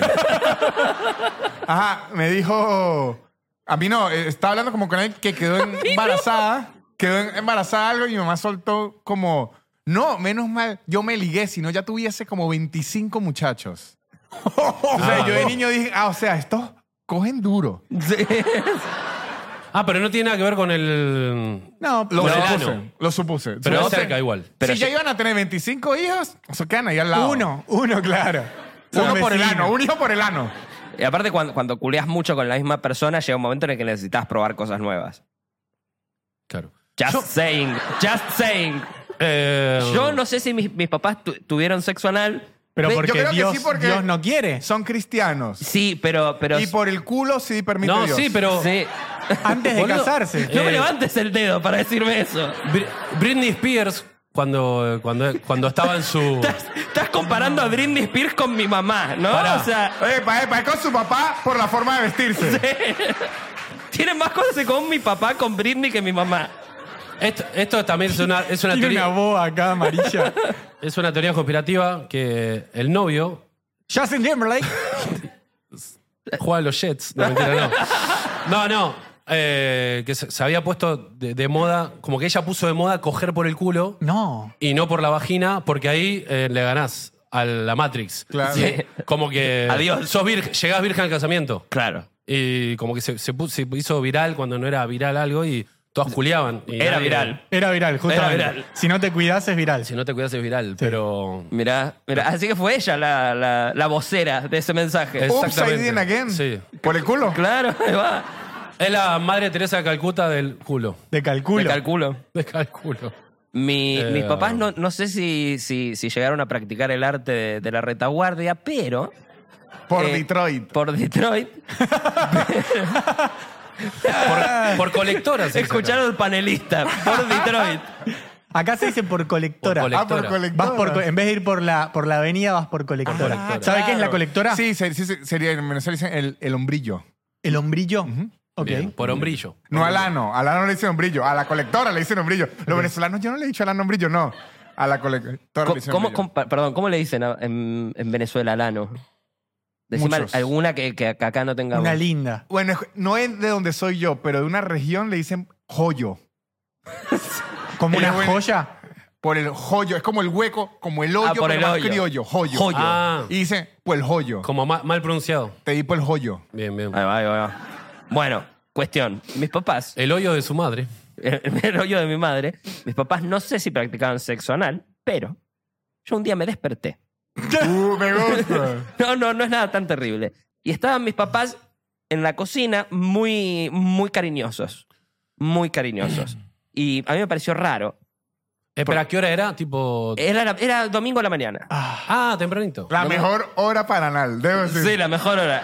Speaker 4: Ajá, me dijo. A mí no, eh, estaba hablando como con alguien que quedó embarazada. Quedó en- embarazada algo y mi mamá soltó como. No, menos mal, yo me ligué, si no ya tuviese como 25 muchachos. o sea,
Speaker 3: Ah.
Speaker 4: yo de niño dije, ah, o sea, estos cogen duro.
Speaker 1: Sí.
Speaker 3: Ah, pero no tiene nada que ver con el.
Speaker 2: No,
Speaker 4: Lo
Speaker 3: Con el ano.
Speaker 4: supuse. Lo supuse.
Speaker 3: Pero
Speaker 4: Supuse-
Speaker 3: es cerca igual.
Speaker 1: Pero
Speaker 4: si
Speaker 1: yo-
Speaker 4: ya iban a tener 25 hijos, eso quedan ahí al lado.
Speaker 2: uno, uno, claro.
Speaker 4: Uno por el
Speaker 2: Vecino.
Speaker 4: ano, un hijo por el ano.
Speaker 1: Y aparte, cuando, cuando culeas mucho con la misma persona, llega un momento en el que necesitas probar cosas nuevas.
Speaker 3: Claro.
Speaker 1: Just
Speaker 3: Yo-
Speaker 1: saying. Just saying.
Speaker 3: Eh,
Speaker 1: Yo no sé si mis, mis papás tu- tuvieron sexo anal.
Speaker 2: Pero
Speaker 1: Ve-
Speaker 2: porque,
Speaker 4: yo creo que
Speaker 2: Dios,
Speaker 4: sí, porque-
Speaker 2: Dios no quiere.
Speaker 4: Son cristianos.
Speaker 1: Sí, pero... pero
Speaker 4: Y por el culo sí permite
Speaker 3: No,
Speaker 4: Dios.
Speaker 3: sí, pero.
Speaker 1: sí.
Speaker 2: Antes de
Speaker 3: Boludo.
Speaker 2: casarse.
Speaker 1: No me
Speaker 3: Eh.
Speaker 1: levantes el dedo para decirme eso.
Speaker 3: Bri- Britney Spears, cuando, eh, cuando, cuando estaba en su.
Speaker 1: Estás comparando a Britney Spears con mi mamá, ¿no?
Speaker 3: Pará.
Speaker 1: O sea,
Speaker 4: Epa, epa, es con su papá por la forma de vestirse.
Speaker 1: tienen más cosas con mi papá con Britney que mi mamá.
Speaker 3: Esto, esto también es una, es una
Speaker 2: Tiene una
Speaker 3: teoría.
Speaker 2: boa acá amarilla.
Speaker 3: Es una teoría conspirativa que el novio
Speaker 2: Justin Timberlake.
Speaker 3: juega a los Jets. No, mentira, no. No, no. eh, que se, se había puesto de, de moda, como que ella puso de moda coger por el culo
Speaker 2: No.
Speaker 3: y no por la vagina, porque ahí eh, le ganás a la Matrix.
Speaker 4: Claro.
Speaker 3: Sí. Como que.
Speaker 1: Adiós.
Speaker 3: Sos virgen, llegás virgen al casamiento.
Speaker 1: Claro.
Speaker 3: Y como que se, se pu- se hizo viral cuando no era viral algo y todas culiaban. y
Speaker 1: Era
Speaker 3: nadie-
Speaker 1: viral.
Speaker 2: Era viral, justamente.
Speaker 1: viral.
Speaker 2: Si no te cuidas, es viral.
Speaker 3: Si no te cuidas es viral, pero.
Speaker 1: Mirá, mirá. Así que fue ella la, la, la vocera de ese mensaje.
Speaker 3: Es-
Speaker 4: Upside
Speaker 3: Exactamente.
Speaker 4: in again.
Speaker 3: Sí.
Speaker 4: Por el culo.
Speaker 1: Claro, ahí va.
Speaker 3: Es la madre Teresa de Calcuta del culo.
Speaker 2: De
Speaker 1: Me
Speaker 2: calculo.
Speaker 1: calculo.
Speaker 3: De Calculo.
Speaker 1: Mi-
Speaker 3: Eh,
Speaker 1: mis papás no, no sé si, si, si llegaron a practicar el arte de, de la retaguardia, pero
Speaker 4: Por
Speaker 1: Eh,
Speaker 4: Detroit. Ah,
Speaker 1: por Detroit
Speaker 3: Por, por colectoras.
Speaker 1: escucharon al panelista. Por Detroit.
Speaker 2: Acá se dice por colectora.
Speaker 3: Por
Speaker 4: Ah, por
Speaker 3: colectora.
Speaker 2: Vas
Speaker 4: colectora.
Speaker 2: por, co- en vez de ir por la, por la avenida, vas por colectora.
Speaker 3: colectora.
Speaker 2: ¿Sabe qué es la colectora?
Speaker 4: Sí, se- sí, se- sería en Venezuela dicen el, el hombrillo.
Speaker 2: El hombrillo. Ok.
Speaker 3: Bien, por hombrillo.
Speaker 4: No al ano. Al ano le dicen hombrillo. A la colectora le dicen hombrillo. Los venezolanos, yo no le he dicho al ano hombrillo, no. A la colectora le
Speaker 1: ¿Cómo,
Speaker 4: dicen
Speaker 1: cómo-
Speaker 4: hombrillo.
Speaker 1: cómo- pa- perdón, ¿cómo le dicen a- en, en Venezuela al ano? Decime
Speaker 4: Muchos.
Speaker 1: alguna que, que acá acá no tengamos.
Speaker 2: Una linda.
Speaker 4: Bueno, es- no es de donde soy yo, pero de una región le dicen joyo.
Speaker 2: Como
Speaker 3: Eh,
Speaker 4: Era
Speaker 2: una
Speaker 4: bueno.
Speaker 2: joya.
Speaker 4: Por el joyo. Es como el hueco, como el hoyo,
Speaker 1: Ah, por
Speaker 4: pero
Speaker 1: el
Speaker 4: más
Speaker 1: hoyo.
Speaker 4: criollo. Joyo.
Speaker 1: Joyo.
Speaker 3: Ah,
Speaker 4: Y dicen, pues el joyo.
Speaker 3: como ma- mal, pronunciado.
Speaker 4: Te di por el joyo.
Speaker 3: Bien, bien.
Speaker 1: Ahí va, ahí va, ahí va. Bueno, cuestión. Mis papás,
Speaker 3: El hoyo de su madre.
Speaker 1: el, el hoyo de mi madre, mis papás no sé si practicaban sexo anal, pero yo un día me desperté.
Speaker 4: Uh, me gusta.
Speaker 1: No, no, no es nada tan terrible. Y estaban mis papás en la cocina muy, muy cariñosos. Muy cariñosos. Y a mí me pareció raro.
Speaker 3: Espera, Eh, ¿qué hora era? Tipo.
Speaker 1: Era, la- era domingo a la mañana.
Speaker 3: Ah, tempranito.
Speaker 4: La mejor hora para anal, debo decir.
Speaker 1: Sí, la mejor hora.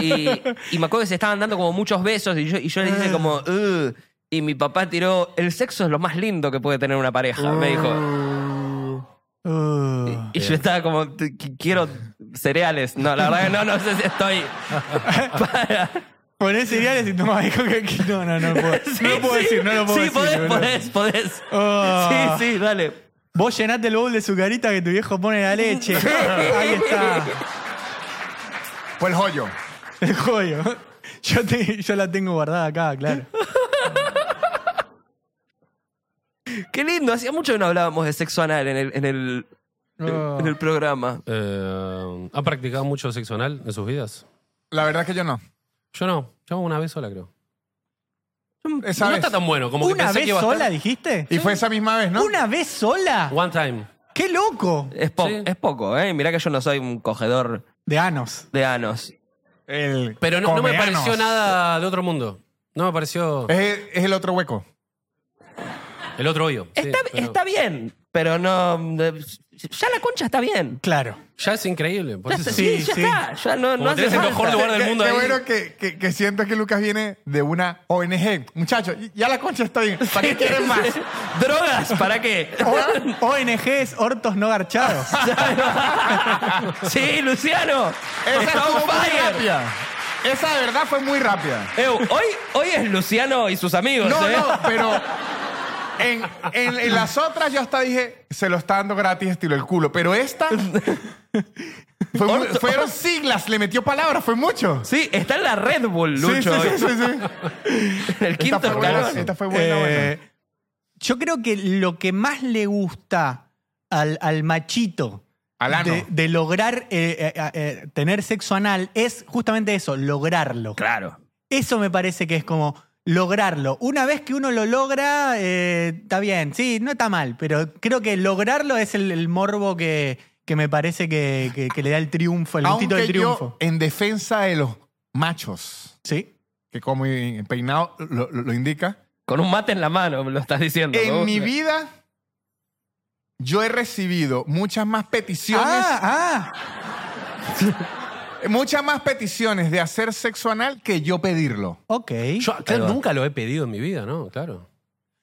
Speaker 1: Y, y me acuerdo que se estaban dando como muchos besos y yo, y yo le hice como...
Speaker 2: Ah.
Speaker 1: "Ugh". Y mi papá tiró, el sexo es lo más lindo que puede tener una pareja, me dijo.
Speaker 2: Ah.
Speaker 1: Eh.
Speaker 2: Uh.
Speaker 1: Y yo estaba como, "T- qu- quiero cereales. No, la verdad que no, no sé si estoy... para-
Speaker 2: Ponés cereales y tomás. Dijo que que- no, no, no puedo. no lo puedo
Speaker 1: sí.
Speaker 2: decir, no lo puedo
Speaker 1: sí,
Speaker 2: decir.
Speaker 1: podés,
Speaker 2: boludo.
Speaker 1: podés, podés.
Speaker 2: Ah.
Speaker 1: Sí, sí, dale.
Speaker 2: Vos llenate el bowl de sucarita que tu viejo pone la leche. Ahí está.
Speaker 4: Pues el joyo.
Speaker 2: El joyo. Yo, te- yo la tengo guardada acá, claro.
Speaker 1: Qué lindo, hacía mucho que no hablábamos de sexo anal en el, en el,
Speaker 2: Oh.
Speaker 1: en el programa.
Speaker 3: Eh, ¿Ha practicado mucho sexo anal en sus vidas?
Speaker 4: La verdad es que yo no.
Speaker 3: Yo no. Yo una vez sola, creo.
Speaker 4: Esa
Speaker 3: no
Speaker 4: vez.
Speaker 3: está tan bueno. Como que
Speaker 2: ¿Una
Speaker 3: pensé
Speaker 2: vez
Speaker 3: que iba a estar-
Speaker 2: sola dijiste?
Speaker 4: Y fue esa misma vez, ¿no?
Speaker 2: ¿Una vez sola?
Speaker 3: One time.
Speaker 2: ¡Qué loco!
Speaker 1: Es, po-
Speaker 3: Sí.
Speaker 1: es poco, ¿eh? Mirá que yo no soy un cogedor
Speaker 2: De anos.
Speaker 1: de anos.
Speaker 4: El
Speaker 3: Pero no, no me
Speaker 4: comeanos. Eh,
Speaker 3: pareció nada de otro mundo. No me pareció
Speaker 4: Es el, es el otro hueco.
Speaker 3: el otro hoyo. Sí,
Speaker 1: está,
Speaker 3: pero-
Speaker 1: está bien, pero no. eh, Ya la concha está bien.
Speaker 2: Claro.
Speaker 3: Ya es increíble. Por
Speaker 1: Ya,
Speaker 3: eso.
Speaker 1: está-
Speaker 2: Sí,
Speaker 1: sí, ya
Speaker 2: sí.
Speaker 1: está. Ya no,
Speaker 3: Como
Speaker 1: no hace
Speaker 3: tenés el
Speaker 1: falta.
Speaker 3: mejor lugar del
Speaker 4: Qué-
Speaker 3: mundo
Speaker 4: qué
Speaker 3: ahí.
Speaker 4: bueno que, que, que siento que Lucas viene de una ONG. Muchachos, ya la concha está bien. ¿Para qué quieren más?
Speaker 1: ¿Drogas? ¿Para qué?
Speaker 2: O- ONGs, hortos no garchados.
Speaker 1: sí, Luciano.
Speaker 4: Esa
Speaker 1: está
Speaker 4: estuvo
Speaker 1: on
Speaker 4: muy
Speaker 1: fire.
Speaker 4: rápida. Esa de verdad fue muy rápida.
Speaker 1: Ew, hoy, hoy es Luciano y sus amigos.
Speaker 4: No,
Speaker 1: ¿eh?
Speaker 4: no, pero en, en- en las otras yo hasta dije, se lo está dando gratis estilo el culo. Pero esta... fue muy- fueron siglas, le metió palabras, fue mucho.
Speaker 1: Sí, está en la Red Bull,
Speaker 4: Sí,
Speaker 1: Lucho.
Speaker 4: sí,
Speaker 1: hoy.
Speaker 4: sí, sí, sí.
Speaker 1: En el quinto
Speaker 4: Esta fue buena,
Speaker 1: escalón.
Speaker 4: esta fue buena,
Speaker 2: Eh, Yo creo que lo que más le gusta al, al machito
Speaker 4: Al ano.
Speaker 2: de, de lograr eh, eh, eh, tener sexo anal es justamente eso, lograrlo.
Speaker 1: Claro.
Speaker 2: Eso me parece que es como lograrlo. Una vez que uno lo logra, eh, está bien, sí, no está mal, pero creo que lograrlo es el, el morbo que, que me parece que, que- que le da el triunfo, el gustito
Speaker 4: Aunque
Speaker 2: del triunfo.
Speaker 4: yo, en defensa de los machos,
Speaker 2: Sí.
Speaker 4: que como y- peinado lo, lo- lo indica,
Speaker 1: Con un mate en la mano, me lo estás diciendo.
Speaker 4: en
Speaker 1: ¿no?
Speaker 4: mi vida yo he recibido muchas más peticiones,
Speaker 2: Ah, ah.
Speaker 4: muchas más peticiones de hacer sexo anal que yo pedirlo.
Speaker 2: Ok.
Speaker 3: Yo claro, nunca lo he pedido en mi vida, ¿no? Claro.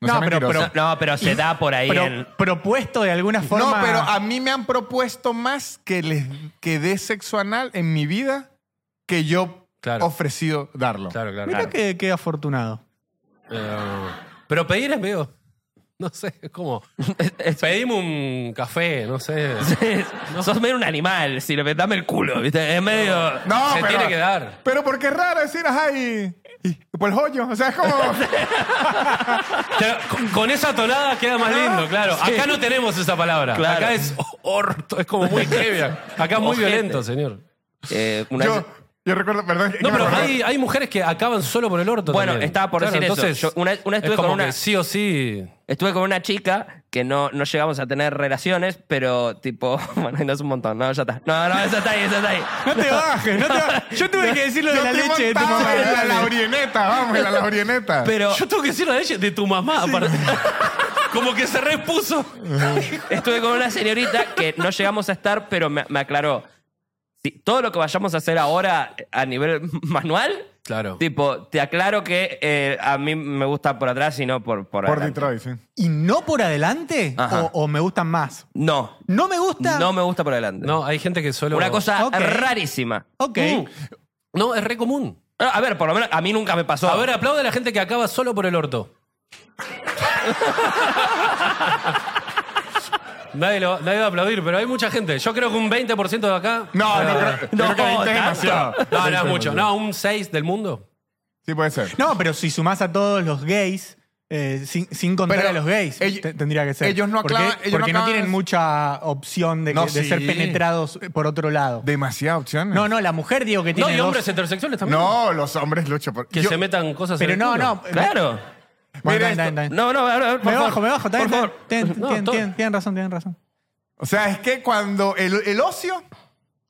Speaker 4: seas
Speaker 2: No, pero-
Speaker 4: mentiroso.
Speaker 1: No, no, pero se da por ahí
Speaker 2: Pro-
Speaker 1: en.
Speaker 2: propuesto de alguna
Speaker 4: No,
Speaker 2: forma.
Speaker 4: pero a mí me han propuesto más que les que dé sexo anal en mi vida que yo
Speaker 3: Claro.
Speaker 4: ofrecido darlo.
Speaker 3: Claro, claro.
Speaker 2: Mira que, qué afortunado.
Speaker 3: Eh, pero pedir es medio. No sé, es como.
Speaker 1: Es-
Speaker 3: Pedimos un café, no sé.
Speaker 1: Sos medio un animal, si le dame el culo, ¿viste? Es medio.
Speaker 4: No,
Speaker 3: Se
Speaker 4: pero,
Speaker 3: tiene que dar.
Speaker 4: Pero porque es raro decir, ajá, y, y por el joyo. O sea, es como.
Speaker 3: Claro, con, con esa tonada queda más lindo, claro. Acá no tenemos esa palabra.
Speaker 1: Claro.
Speaker 3: Acá es orto, es como muy heavy. Acá es muy
Speaker 1: Ojete.
Speaker 3: violento, señor.
Speaker 1: Eh, una
Speaker 4: yo,
Speaker 1: vez-
Speaker 4: yo recuerdo, perdón. que
Speaker 3: No,
Speaker 4: me
Speaker 3: pero
Speaker 4: acordé.
Speaker 3: hay, hay mujeres que acaban solo por el orto.
Speaker 1: Bueno,
Speaker 3: también.
Speaker 1: estaba por decir eso. Yo una vez- una vez
Speaker 3: es
Speaker 1: estuve
Speaker 3: como
Speaker 1: con una-
Speaker 3: que sí o sí.
Speaker 1: Estuve con una chica que no, no llegamos a tener relaciones, pero tipo. Bueno, no es un montón, no, ya está. No, no, eso está ahí, eso está ahí.
Speaker 2: No te bajes, no te bajes. Yo tuve que decir lo de
Speaker 4: Yo
Speaker 2: la
Speaker 4: estoy
Speaker 2: leche de tu
Speaker 4: montado
Speaker 2: mamá.
Speaker 4: En la
Speaker 2: dale.
Speaker 4: laurieneta, vamos, en la laurieneta.
Speaker 1: Pero
Speaker 3: Yo tengo que decir la leche de tu mamá. aparte. como que se repuso.
Speaker 1: estuve con una señorita que no llegamos a estar, pero me, me aclaró. Si todo lo que vayamos a hacer ahora a nivel manual,
Speaker 3: Claro.
Speaker 1: tipo, te aclaro que eh, a mí me gusta por atrás y no por por,
Speaker 4: por
Speaker 1: adelante.
Speaker 4: Detroit, sí.
Speaker 2: ¿Y no por adelante?
Speaker 1: Ajá.
Speaker 2: O, o me gustan más?
Speaker 1: No,
Speaker 2: ¿No me gusta?
Speaker 1: no me gusta por adelante.
Speaker 3: No, hay gente que solo.
Speaker 1: Una cosa
Speaker 2: Ok.
Speaker 1: rarísima.
Speaker 2: Ok.
Speaker 3: No, es re común.
Speaker 1: Ah, A ver, por lo menos a mí nunca me pasó.
Speaker 3: A ver, aplaude a la gente que acaba solo por el orto. nadie, lo- nadie va a aplaudir, pero hay mucha gente. Yo creo que un 20% de acá.
Speaker 4: No, no,
Speaker 3: Eh,
Speaker 4: creo, creo que
Speaker 1: no,
Speaker 4: 20
Speaker 1: tanto.
Speaker 4: es demasiado.
Speaker 3: No, no es mucho. No, un 6 del mundo.
Speaker 4: Sí, puede ser.
Speaker 2: No, pero si sumás a todos los gays, eh, sin, sin contar
Speaker 4: Pero
Speaker 2: a los gays,
Speaker 4: ellos-
Speaker 2: te- tendría que ser.
Speaker 4: ellos no
Speaker 2: Porque-
Speaker 4: aclavan-
Speaker 2: Porque,
Speaker 4: ellos
Speaker 2: no,
Speaker 4: no aclavan-
Speaker 2: tienen mucha opción de, que-
Speaker 4: No,
Speaker 2: de ser
Speaker 4: sí.
Speaker 2: penetrados por otro lado.
Speaker 4: Demasiadas opciones.
Speaker 2: No, no, la mujer digo que
Speaker 3: No,
Speaker 2: tiene
Speaker 3: y
Speaker 2: dos-
Speaker 3: hombres heterosexuales también.
Speaker 4: No, los hombres luchan por.
Speaker 3: Que
Speaker 4: yo-
Speaker 3: se metan cosas en
Speaker 2: Pero
Speaker 3: el
Speaker 2: no,
Speaker 3: culo.
Speaker 2: no.
Speaker 1: Claro.
Speaker 2: Bueno,
Speaker 4: Mira
Speaker 2: está bien,
Speaker 4: esto.
Speaker 2: está bien.
Speaker 1: No, no, a ver, a ver, por
Speaker 2: Me
Speaker 1: favor.
Speaker 2: bajo, me bajo. está bien,
Speaker 1: Por favor.
Speaker 2: está bien. Tien-
Speaker 3: No,
Speaker 2: tien-
Speaker 3: todo.
Speaker 2: tien- Tienen razón, tienen razón.
Speaker 4: O sea, es que cuando el, el ocio.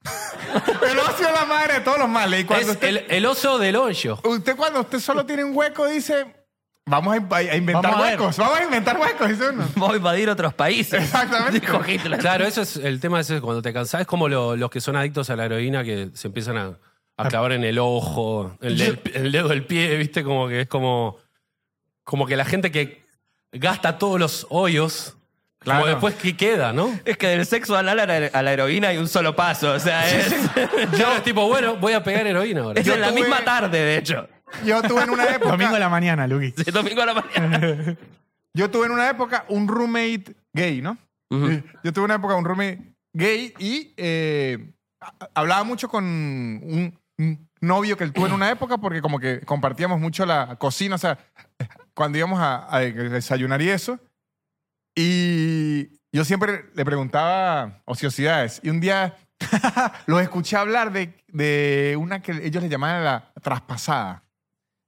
Speaker 4: el ocio es la madre de todos los males. Y cuando
Speaker 3: Es
Speaker 4: usted,
Speaker 3: el, el oso del hoyo.
Speaker 4: usted cuando usted solo tiene un hueco, dice. Vamos a, in- a inventar
Speaker 2: Vamos a ver.
Speaker 4: huecos. Vamos a inventar huecos, dice uno.
Speaker 1: Voy a invadir otros países.
Speaker 4: Exactamente.
Speaker 1: Dijo Hitler.
Speaker 3: Claro, eso es el tema ese cuando te cansás. Es como lo- los que son adictos a la heroína que se empiezan a,
Speaker 4: Ah.
Speaker 3: a clavar en el ojo, el, del- el dedo del pie, ¿viste? Como que es como. Como que la gente que gasta todos los hoyos,
Speaker 4: Claro.
Speaker 3: como después que queda, ¿no?
Speaker 1: Es que del sexo anal a la, a la heroína hay un solo paso. O sea, es,
Speaker 3: Yo es tipo, bueno, voy a pegar heroína ahora.
Speaker 1: es
Speaker 4: Yo
Speaker 1: en la
Speaker 4: tuve-
Speaker 1: misma tarde, de hecho.
Speaker 4: Yo tuve en una época.
Speaker 2: Domingo a la mañana, Luqui.
Speaker 1: Sí, domingo a la mañana.
Speaker 4: Yo tuve en una época un roommate gay, ¿no? Sí. Yo tuve una época un roommate gay y eh, a- hablaba mucho con un, un novio que él tuvo en una época porque como que compartíamos mucho la cocina, o sea, cuando íbamos a, a desayunar y eso. Y yo siempre le preguntaba ociosidades. Y un día los escuché hablar de, de una que ellos le llamaban la traspasada.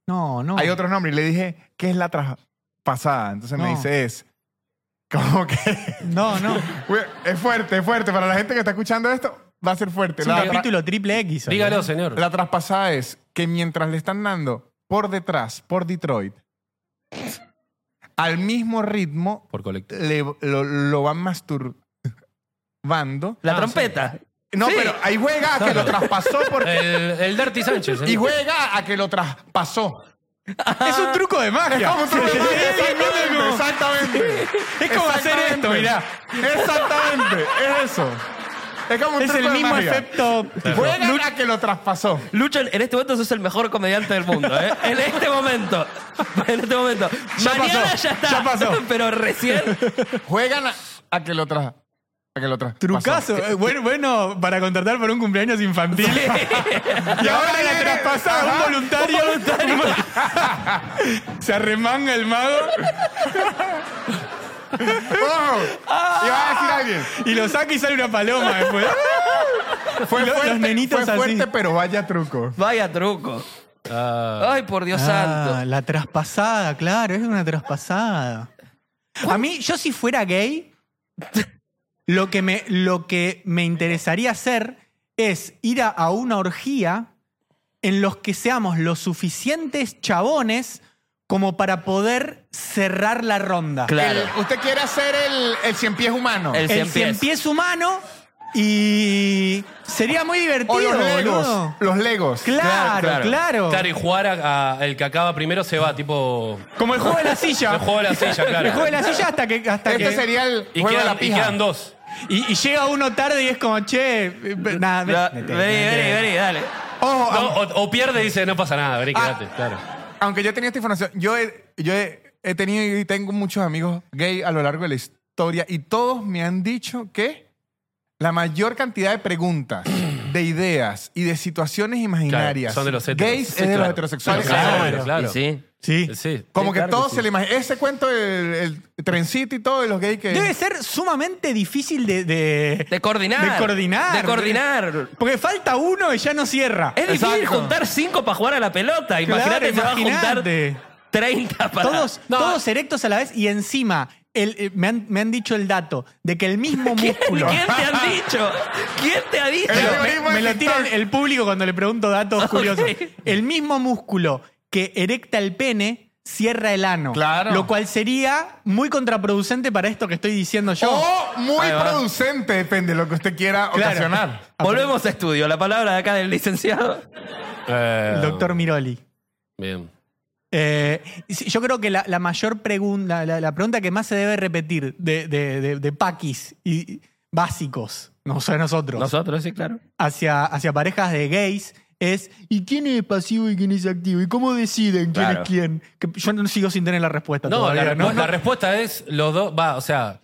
Speaker 2: No, no.
Speaker 4: Hay otro nombre. Y le dije, ¿qué es la traspasada? Entonces me
Speaker 2: No.
Speaker 4: dice, es. Como que.
Speaker 2: No, no.
Speaker 4: Güey, Es fuerte, es fuerte. Para la gente que está escuchando esto, va a ser fuerte.
Speaker 2: Es un
Speaker 4: La,
Speaker 2: capítulo triple X. ¿o no?
Speaker 3: Dígalo, señor.
Speaker 4: la traspasada es que mientras le están dando por detrás, por Detroit, al mismo ritmo
Speaker 3: Por colectivo.
Speaker 4: le- lo, lo van masturbando.
Speaker 1: La
Speaker 3: Ah,
Speaker 1: trompeta.
Speaker 4: No,
Speaker 1: Sí.
Speaker 4: pero ahí juega a que lo traspasó por,
Speaker 3: El, el Dirty Sánchez. ¿eh?
Speaker 4: y juega a que lo traspasó.
Speaker 2: Es un truco de magia.
Speaker 4: Como tú
Speaker 2: Sí,
Speaker 4: lo ves,
Speaker 2: es
Speaker 4: Exactamente,
Speaker 2: como-
Speaker 4: exactamente.
Speaker 2: Es como hacer
Speaker 4: Exactamente.
Speaker 2: esto, mirá.
Speaker 4: Exactamente, es eso. Es como un
Speaker 2: Es
Speaker 4: truco
Speaker 2: el
Speaker 4: de
Speaker 2: mismo
Speaker 4: magia.
Speaker 2: efecto.
Speaker 4: Juega a que lo traspasó.
Speaker 1: Lucho, en este momento sos el mejor comediante del mundo, ¿eh? En este momento. En este momento.
Speaker 4: Ya
Speaker 1: Mañana
Speaker 4: pasó,
Speaker 1: ya está.
Speaker 4: ya pasó.
Speaker 1: Pero recién.
Speaker 4: Juegan a, a que lo tra... A que lo traspasó.
Speaker 2: Trucazo. Eh, Bueno, bueno, para contratar para un cumpleaños infantil.
Speaker 1: eh,
Speaker 2: y ahora la traspasada, un voluntario. Se arremanga el mago
Speaker 4: ¡Ojo!
Speaker 2: Ah.
Speaker 4: Y va a decir alguien.
Speaker 2: y lo saca y sale una paloma después.
Speaker 4: Fue
Speaker 2: Los- los
Speaker 4: fuerte,
Speaker 2: nenitos
Speaker 4: fue fuerte
Speaker 2: así.
Speaker 4: pero vaya truco.
Speaker 1: Vaya truco.
Speaker 3: Ah,
Speaker 1: Ay, por Dios
Speaker 2: Ah,
Speaker 1: santo.
Speaker 2: la traspasada, claro, es una traspasada. A mí, yo si fuera gay, lo que me, lo que me interesaría hacer es ir a, a una orgía en los que seamos lo suficientes chabones como para poder cerrar la ronda.
Speaker 1: Claro.
Speaker 4: El- usted quiere hacer el, el cien pies humano.
Speaker 1: El-
Speaker 2: El
Speaker 1: cien pies.
Speaker 2: cien pies humano y sería muy divertido,
Speaker 4: o los legos.
Speaker 2: boludo.
Speaker 4: Los legos.
Speaker 2: Claro,
Speaker 1: claro.
Speaker 2: claro,
Speaker 3: Claro, y jugar a, a- el que acaba primero se va, tipo.
Speaker 2: Como el juego de la silla.
Speaker 3: El juego de la silla, claro.
Speaker 2: El juego de la silla hasta que. Hasta
Speaker 4: Este
Speaker 2: que-
Speaker 4: sería el
Speaker 3: Y
Speaker 4: juego
Speaker 3: quedan,
Speaker 4: de la
Speaker 3: y
Speaker 4: pija.
Speaker 3: quedan dos.
Speaker 2: Y, y llega uno tarde y es como, che, eh, nada,
Speaker 1: La-
Speaker 2: vete,
Speaker 1: Vení,
Speaker 2: vete,
Speaker 1: vení,
Speaker 2: vete.
Speaker 1: vení, dale.
Speaker 4: Ojo,
Speaker 3: No, o, o pierde y dice, no pasa nada, vení,
Speaker 4: Ah.
Speaker 3: quédate, claro.
Speaker 4: aunque yo tenía esta información, yo he, yo he he tenido y tengo muchos amigos gay a lo largo de la historia y todos me han dicho que la mayor cantidad de preguntas, de ideas y de situaciones imaginarias
Speaker 3: son de los heteros.
Speaker 4: gays
Speaker 3: Sí,
Speaker 4: es de los
Speaker 3: claro.
Speaker 4: heterosexuales.
Speaker 3: Claro, claro.
Speaker 1: Y sí.
Speaker 2: Sí.
Speaker 3: Sí.
Speaker 4: Como
Speaker 1: Sí,
Speaker 4: que
Speaker 1: claro
Speaker 4: todos
Speaker 1: que sí.
Speaker 4: se le imaginan. Ese cuento del el trencito y todo de los gays que.
Speaker 2: Debe ser sumamente difícil de, de-
Speaker 1: De coordinar.
Speaker 2: De coordinar.
Speaker 1: De coordinar.
Speaker 2: Porque falta uno y ya no cierra.
Speaker 1: Es difícil
Speaker 4: Exacto.
Speaker 1: juntar cinco para jugar a la pelota. Imagínate,
Speaker 2: Claro,
Speaker 1: se va a juntar
Speaker 2: imaginate.
Speaker 1: 30 para.
Speaker 2: Todos,
Speaker 3: No.
Speaker 2: todos erectos a la vez y encima el- eh, me, han, me han dicho el dato de que el mismo músculo.
Speaker 1: ¿Quién te han dicho? ¿Quién te ha dicho?
Speaker 4: El
Speaker 2: Pero
Speaker 4: algoritmo
Speaker 2: me, me
Speaker 4: de
Speaker 2: lo tira el,
Speaker 4: TikTok.
Speaker 2: el público cuando le pregunto datos
Speaker 1: Ok.
Speaker 2: curiosos. El mismo músculo que erecta el pene cierra el ano.
Speaker 4: Claro.
Speaker 2: Lo cual sería muy contraproducente para esto que estoy diciendo yo.
Speaker 1: Oh,
Speaker 4: O muy
Speaker 1: Ahí va.
Speaker 4: producente, depende de lo que usted quiera
Speaker 2: Claro.
Speaker 4: ocasionar.
Speaker 1: Volvemos a estudio. La palabra de acá del licenciado.
Speaker 3: Eh,
Speaker 2: El doctor Miroli.
Speaker 3: Bien.
Speaker 2: Eh, sí, yo creo que la, la mayor pregunta, la, la pregunta que más se debe repetir de, de, de- de paquis y y básicos, no o sea, nosotros,
Speaker 1: Nosotros, sí, claro.
Speaker 2: hacia, hacia parejas de gays es ¿y quién es pasivo y quién es activo? ¿Y cómo deciden quién
Speaker 1: Claro.
Speaker 2: es quién? Que yo no sigo sin tener la respuesta
Speaker 3: No,
Speaker 2: todavía,
Speaker 3: la,
Speaker 2: ¿no?
Speaker 3: la respuesta es los dos. Va, o sea,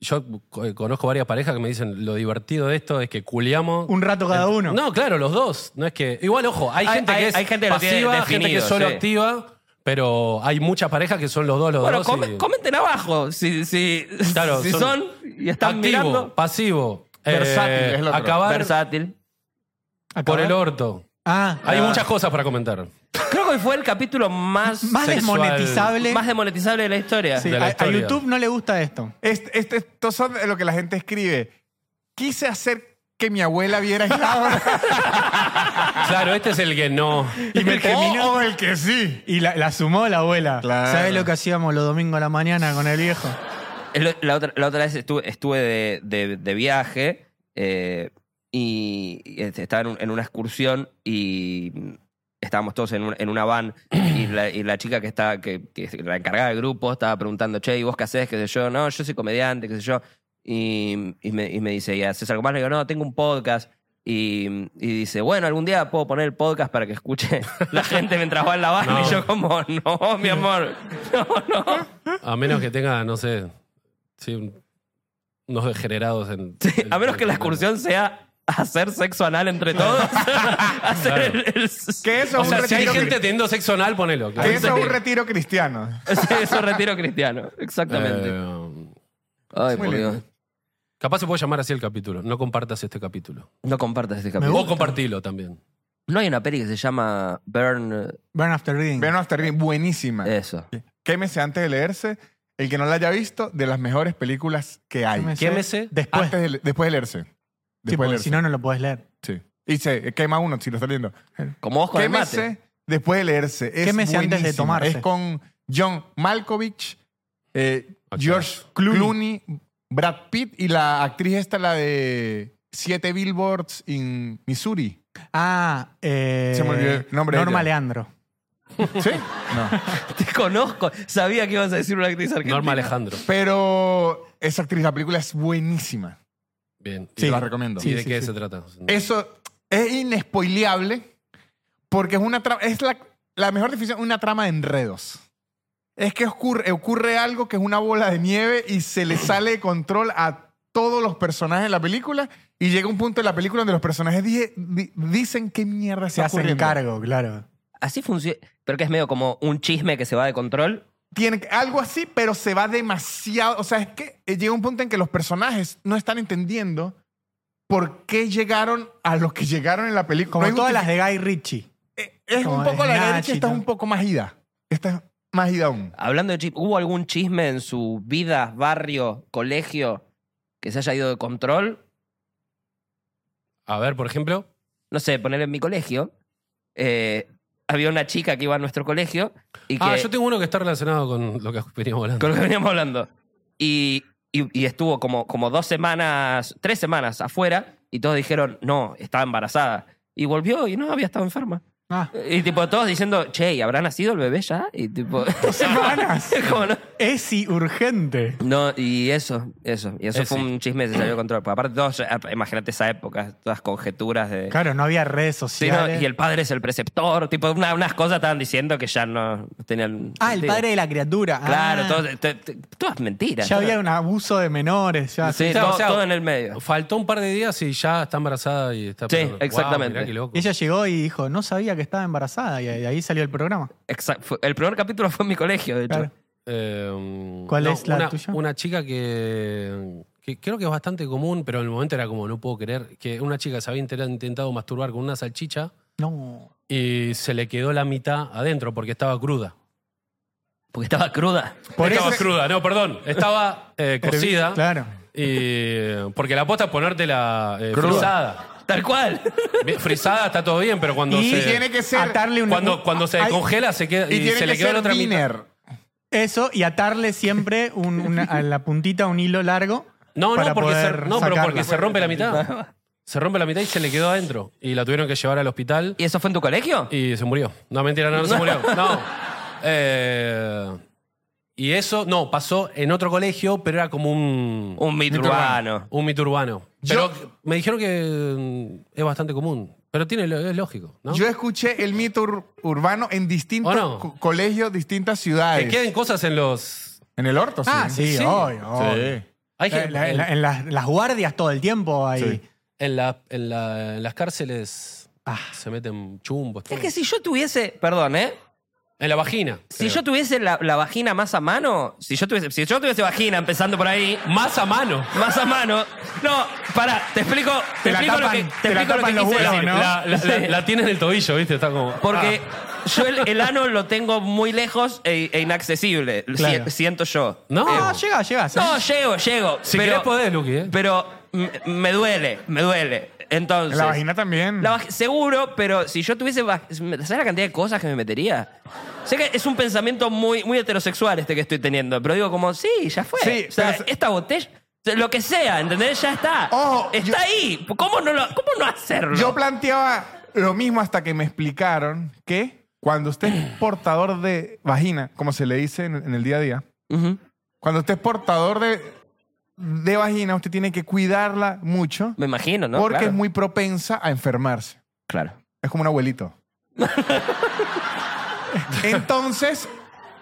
Speaker 3: yo co- eh, conozco varias parejas que me dicen lo divertido de esto es que culiamos.
Speaker 2: Un rato cada uno.
Speaker 3: No, claro, los dos. No es que. Igual, ojo, hay,
Speaker 1: Hay-
Speaker 3: gente que
Speaker 1: hay-
Speaker 3: es
Speaker 1: hay gente que lo tiene
Speaker 3: pasiva, gente que
Speaker 1: definido,
Speaker 3: es solo
Speaker 1: sí.
Speaker 3: activa, pero hay muchas parejas que son los dos, los
Speaker 1: Bueno,
Speaker 3: dos.
Speaker 1: come-
Speaker 3: y-
Speaker 1: comenten abajo si, si,
Speaker 3: Claro,
Speaker 1: si
Speaker 3: son-
Speaker 1: son, y están
Speaker 3: activo,
Speaker 1: mirando.
Speaker 3: pasivo.
Speaker 4: Versátil,
Speaker 3: eh,
Speaker 4: es lo otro.
Speaker 3: acabar
Speaker 1: Versátil. ¿eh?
Speaker 3: por
Speaker 2: ¿Acabar?
Speaker 3: el orto.
Speaker 2: Ah,
Speaker 3: Hay muchas cosas para comentar.
Speaker 1: Creo que hoy fue el capítulo más,
Speaker 2: más
Speaker 3: sexual.
Speaker 2: desmonetizable.
Speaker 1: más demonetizable de la historia.
Speaker 2: Sí,
Speaker 3: de la
Speaker 2: a- a,
Speaker 3: historia.
Speaker 2: YouTube no le gusta esto.
Speaker 4: Este, este, esto son lo que la gente escribe. Quise hacer que mi abuela viera esta obra.
Speaker 3: Claro, este es el que no.
Speaker 2: Y me terminó.
Speaker 4: O,
Speaker 3: oh,
Speaker 4: o el que sí.
Speaker 2: Y la, la sumó la abuela.
Speaker 4: Claro.
Speaker 2: ¿Sabes lo que hacíamos los domingos a la mañana con el viejo?
Speaker 1: Es lo- La otra, la otra vez estuve, estuve de, de- de viaje eh, y y este, estaba en, un- en una excursión y mm, estábamos todos en, un- en una van y la, y la chica que estaba, que, que es la encargada del grupo estaba preguntando, che, ¿y vos qué haces? ¿Qué sé yo? No, yo soy comediante, qué sé yo. Y, y me, y me dice, ¿y haces algo más? Le digo, no, tengo un podcast. Y, y dice, bueno, algún día puedo poner el podcast para que escuche la gente mientras va en la van.
Speaker 3: No.
Speaker 1: Y yo como, no, mi amor, no, no.
Speaker 3: A menos que tenga, no sé, sí, un- unos degenerados en.
Speaker 1: Sí,
Speaker 3: en-
Speaker 1: a menos que la excursión sea hacer sexo anal entre todos. hacer
Speaker 3: Claro.
Speaker 1: el- el-
Speaker 4: Que eso
Speaker 3: O
Speaker 4: es un
Speaker 3: sea, si hay
Speaker 4: retiro,
Speaker 3: gente teniendo sexo anal, ponelo.
Speaker 4: que
Speaker 3: claro.
Speaker 4: eso es un retiro cristiano.
Speaker 1: Sí, es un retiro cristiano. Exactamente.
Speaker 3: Eh,
Speaker 1: Ay,
Speaker 4: muy
Speaker 1: por
Speaker 4: lindo.
Speaker 1: Dios.
Speaker 3: capaz se puede llamar así el capítulo. No compartas este capítulo.
Speaker 1: No compartas este
Speaker 2: Me
Speaker 1: capítulo.
Speaker 3: O
Speaker 2: gusta.
Speaker 3: compartilo también.
Speaker 1: No hay una peli que se llama Burn. eh,
Speaker 2: Burn After Reading.
Speaker 4: Venom After Reading, buenísima.
Speaker 1: Eso.
Speaker 4: Quémese antes de leerse. El que no la haya visto, de las mejores películas que hay.
Speaker 2: Quémese
Speaker 3: Quémese
Speaker 2: Después.
Speaker 4: Antes de le- después de leerse.
Speaker 2: Sí,
Speaker 4: Ah, Después de
Speaker 2: porque
Speaker 4: leerse.
Speaker 2: Ah. si no, no lo podés leer.
Speaker 4: Sí. Y se eh, quema uno si lo está leyendo.
Speaker 1: Como vos con el mate.
Speaker 4: Quémese después de leerse. Es
Speaker 2: Quémese antes de
Speaker 4: buenísima.
Speaker 2: tomarse.
Speaker 4: Es con John Malkovich, eh,
Speaker 3: Ah,
Speaker 4: George Clooney. Brad Pitt y la actriz esta, la de Siete Billboards in Missouri.
Speaker 2: Ah, eh,
Speaker 4: Se me olvidó el nombre de
Speaker 2: Norma
Speaker 4: ella.
Speaker 2: Leandro.
Speaker 4: ¿Sí? No.
Speaker 1: Te conozco. Sabía que ibas a decir una actriz argentina.
Speaker 3: Norma Alejandro.
Speaker 4: Pero esa actriz, la película es buenísima.
Speaker 3: Bien.
Speaker 4: Sí. la recomiendo.
Speaker 3: ¿Y
Speaker 4: Sí,
Speaker 3: de
Speaker 2: sí,
Speaker 3: qué
Speaker 2: sí.
Speaker 3: se trata?
Speaker 4: Eso es inespoileable porque es una tra- es la, la mejor definición, una trama de enredos. Es que ocurre, ocurre algo que es una bola de nieve y se le sale de control a todos los personajes de la película y llega un punto en la película donde los personajes dije- di- dicen qué mierda
Speaker 2: Se
Speaker 4: se
Speaker 2: hace cargo, claro.
Speaker 1: Así funciona. Pero que es medio como un chisme que se va de control.
Speaker 4: Tiene que- algo así, pero se va demasiado, o sea, es que llega un punto en que los personajes no están entendiendo por qué llegaron a lo que llegaron en la película.
Speaker 2: Como
Speaker 4: No hay
Speaker 2: todas
Speaker 4: justific-
Speaker 2: las de Guy Ritchie.
Speaker 4: Eh, es
Speaker 2: Como
Speaker 4: un poco
Speaker 2: de
Speaker 4: la de
Speaker 2: Nachi,
Speaker 4: Erich, esta
Speaker 2: ¿no?
Speaker 4: es un poco más ida. Esta es más ida aún.
Speaker 1: Hablando de chisme, ¿hubo algún chisme en su vida, barrio, colegio que se haya ido de control?
Speaker 3: A ver, por ejemplo.
Speaker 1: no sé, poner en mi colegio, eh, había una chica que iba a nuestro colegio y que,
Speaker 3: Ah, yo tengo uno que está relacionado con lo que veníamos hablando.
Speaker 1: con lo que veníamos hablando. Y, y- y estuvo como, como dos semanas, tres semanas afuera y todos dijeron, no, estaba embarazada. Y volvió y no había estado enferma.
Speaker 2: Ah,
Speaker 1: Y tipo, todos diciendo, che, ¿y habrá nacido el bebé ya? Y tipo.
Speaker 2: semanas.
Speaker 1: como no.
Speaker 2: ESI urgente.
Speaker 1: No, y eso, eso. Y eso
Speaker 3: Ese.
Speaker 1: fue un chisme que se salió de control. Porque aparte, todos, eh, imagínate esa época, todas conjeturas de.
Speaker 2: Claro, no había redes
Speaker 1: Sí, no,
Speaker 2: sociales.
Speaker 1: y el padre es el preceptor. Tipo, una- unas cosas estaban diciendo que ya no tenían.
Speaker 2: Ah, el
Speaker 1: sentido.
Speaker 2: padre de la criatura.
Speaker 1: Claro,
Speaker 2: Ah,
Speaker 1: todo- te- te- todas mentiras.
Speaker 2: Ya había un abuso de menores. Ya.
Speaker 1: Sí,
Speaker 3: O sea,
Speaker 1: todo,
Speaker 3: o sea,
Speaker 1: todo en el medio.
Speaker 3: Faltó un par de días y ya está embarazada y está.
Speaker 1: Sí,
Speaker 3: Guau,
Speaker 1: exactamente.
Speaker 3: mirá qué loco.
Speaker 2: Y ella llegó y dijo, no sabía que estaba embarazada. Y ahí salió el programa.
Speaker 1: Exact- fue- El primer capítulo fue en mi colegio, de hecho.
Speaker 2: Claro.
Speaker 3: Eh,
Speaker 2: ¿Cuál es la
Speaker 3: una,
Speaker 2: tuya?
Speaker 3: Una chica que, que creo que es bastante común, pero en el momento era como, no puedo creer, que una chica se había inter- intentado masturbar con una salchicha
Speaker 2: No.
Speaker 3: y se le quedó la mitad adentro porque estaba cruda.
Speaker 1: Porque estaba cruda.
Speaker 2: Por
Speaker 3: estaba
Speaker 2: eso-
Speaker 3: cruda, no, perdón. Estaba eh, cocida.
Speaker 2: Claro.
Speaker 3: Y, porque la aposta es ponértela eh,
Speaker 1: Cruda.
Speaker 3: frisada.
Speaker 1: Tal cual.
Speaker 3: Bien, Frisada está todo bien, pero cuando
Speaker 2: Y
Speaker 3: se.
Speaker 4: tiene que ser-
Speaker 2: Atarle una-
Speaker 3: cuando, cuando se
Speaker 2: Ay,
Speaker 3: congela se queda,
Speaker 4: Y,
Speaker 3: y,
Speaker 4: tiene
Speaker 3: se le
Speaker 4: que
Speaker 3: quedó la
Speaker 4: ser
Speaker 3: otra mitad.
Speaker 4: dinner.
Speaker 2: Eso, y atarle siempre un- una- a la puntita un hilo largo.
Speaker 3: No,
Speaker 2: para
Speaker 3: no, porque se,
Speaker 2: poder
Speaker 3: no pero
Speaker 2: sacarla.
Speaker 3: porque se rompe la mitad. Se rompe la mitad y se le quedó adentro. Y la tuvieron que llevar al hospital
Speaker 1: ¿Y eso fue en tu colegio?
Speaker 3: y se murió. No, mentira, no, no se murió. No. Eh, y eso, no, pasó en otro colegio, pero era como un,
Speaker 1: Un mito urbano.
Speaker 3: un mito urbano. Pero me dijeron que mm, es bastante común. Pero tiene, lo- es lógico, ¿no?
Speaker 4: Yo escuché el mito ur- urbano en distintos
Speaker 3: ¿O no?
Speaker 4: co- colegios, distintas
Speaker 3: Te
Speaker 4: ciudades.
Speaker 3: queden cosas en los...
Speaker 4: En el orto, sí.
Speaker 2: Ah, sí,
Speaker 3: Sí.
Speaker 2: obvio. obvio.
Speaker 3: Hay
Speaker 2: La-
Speaker 3: gente-
Speaker 2: la-
Speaker 3: en,
Speaker 2: la- en las, las guardias todo el tiempo ahí.
Speaker 4: Eh, Sí.
Speaker 3: en la- en la- en las cárceles se meten chumbos. todo.
Speaker 1: Es que si yo tuviese. Perdón, ¿eh?
Speaker 3: En la vagina.
Speaker 1: Si
Speaker 3: creo.
Speaker 1: yo tuviese la, la vagina más a mano, si yo tuviese, si yo tuviese vagina empezando por ahí,
Speaker 3: Más a mano.
Speaker 1: más a mano. No, pará, te explico, te
Speaker 2: Te la
Speaker 1: explico lo
Speaker 2: tapan-
Speaker 1: que,
Speaker 2: te
Speaker 1: te
Speaker 2: la
Speaker 1: explico lo que
Speaker 2: tapan los
Speaker 1: quise
Speaker 2: huevos,
Speaker 1: decir.
Speaker 2: ¿no?
Speaker 3: La, la- la-
Speaker 1: Sí.
Speaker 3: la tiene en el tobillo, ¿viste? Está como.
Speaker 1: Porque
Speaker 3: Ah.
Speaker 1: yo el, el ano lo tengo muy lejos e, e inaccesible, si-
Speaker 2: Claro.
Speaker 1: siento yo. Eh,
Speaker 3: No.
Speaker 2: Ah,
Speaker 4: Eh,
Speaker 2: llega, llega. sí.
Speaker 1: No, llego, llego.
Speaker 3: Si
Speaker 1: pero,
Speaker 3: querés podés, Luqui, ¿eh?
Speaker 1: Pero m- me duele, me duele. Entonces.
Speaker 4: La vagina también.
Speaker 1: La vag- seguro, pero si yo tuviese. vag- ¿Sabes la cantidad de cosas que me metería? Sé que es un pensamiento muy, muy heterosexual este que estoy teniendo, pero digo como, sí, ya fue.
Speaker 4: Sí,
Speaker 1: O sea,
Speaker 4: pero-
Speaker 1: esta botella. Lo que sea, ¿entendés? Ya está.
Speaker 4: Ojo,
Speaker 1: está
Speaker 4: yo-
Speaker 1: ahí. ¿Cómo no, lo- ¿Cómo no hacerlo?
Speaker 4: Yo planteaba lo mismo hasta que me explicaron que cuando usted es portador de vagina, como se le dice en, en el día a día,
Speaker 1: Ujú.
Speaker 4: cuando usted es portador de, de vagina, usted tiene que cuidarla mucho
Speaker 1: Me imagino, ¿no?
Speaker 4: porque
Speaker 1: Claro.
Speaker 4: es muy propensa a enfermarse.
Speaker 1: Claro.
Speaker 4: Es como un abuelito. Entonces,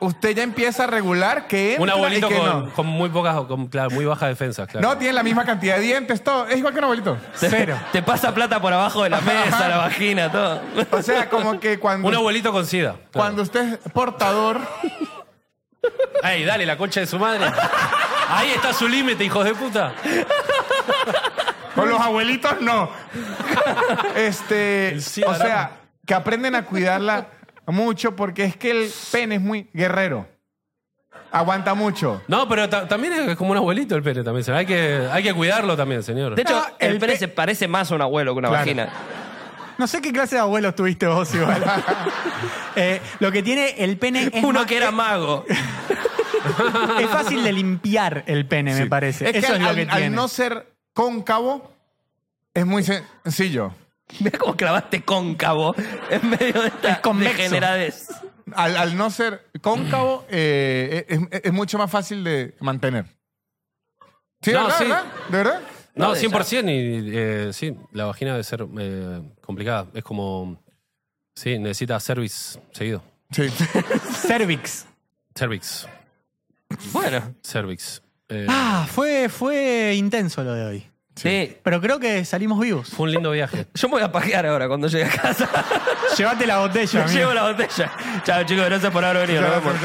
Speaker 4: usted ya empieza a regular que
Speaker 3: Un
Speaker 4: entra
Speaker 3: abuelito
Speaker 4: y que
Speaker 3: con,
Speaker 4: no.
Speaker 3: con muy pocas, con, claro, muy bajas defensas, claro.
Speaker 4: No tiene la misma cantidad de dientes, todo. Es igual que un abuelito.
Speaker 2: Cero.
Speaker 1: Te pasa plata por abajo de la mesa, la vagina, todo.
Speaker 4: O sea, como que cuando,
Speaker 3: Un abuelito con sida. claro.
Speaker 4: cuando usted es portador,
Speaker 3: Ey, dale, la concha de su madre. Ahí está su límite, hijos de puta.
Speaker 4: con los abuelitos no. Este,
Speaker 3: El sí,
Speaker 4: o
Speaker 3: arama.
Speaker 4: sea, que aprenden a cuidarla mucho porque es que el pene es muy guerrero. Aguanta mucho.
Speaker 3: No, pero ta- también es como un abuelito el pene también. señor. Hay que, hay que cuidarlo también, señor.
Speaker 1: De hecho,
Speaker 2: No,
Speaker 1: el,
Speaker 2: el
Speaker 1: pene
Speaker 2: pe-
Speaker 1: se parece más a un abuelo que una
Speaker 4: Claro.
Speaker 1: vagina.
Speaker 2: No sé qué clase de abuelos tuviste vos igual. Eh, lo que tiene el pene es,
Speaker 1: Uno
Speaker 2: ma-
Speaker 1: que era mago.
Speaker 2: es fácil de limpiar el pene, me parece.
Speaker 4: Es
Speaker 2: Eso
Speaker 4: que
Speaker 2: es lo
Speaker 4: al,
Speaker 2: que
Speaker 4: al
Speaker 2: tiene.
Speaker 4: no ser cóncavo, es muy sencillo.
Speaker 1: Mira cómo clavaste cóncavo en medio de
Speaker 2: Es
Speaker 1: esta
Speaker 2: convexo.
Speaker 1: degeneradez.
Speaker 4: Al, al no ser cóncavo, eh, es, es- es mucho más fácil de mantener. ¿Sí,
Speaker 3: No,
Speaker 4: verdad,
Speaker 3: sí.
Speaker 4: verdad? ¿De verdad?
Speaker 3: No,
Speaker 1: No, de
Speaker 3: 100% y eh, sí, la vagina debe ser eh, complicada. Es como. Sí, necesita cervix seguido.
Speaker 4: Sí.
Speaker 2: Cervix.
Speaker 3: Cervix.
Speaker 1: Bueno,
Speaker 3: Cervix. Eh,
Speaker 2: Ah, fue, fue intenso lo de hoy.
Speaker 1: sí.
Speaker 2: Pero creo que salimos vivos.
Speaker 3: Fue un lindo viaje.
Speaker 1: Yo me voy a pajear ahora cuando llegue a casa.
Speaker 2: Llévate la botella,
Speaker 1: Me
Speaker 2: amigo.
Speaker 1: llevo la botella. Chao, chicos. Gracias por haber venido. Nos vemos.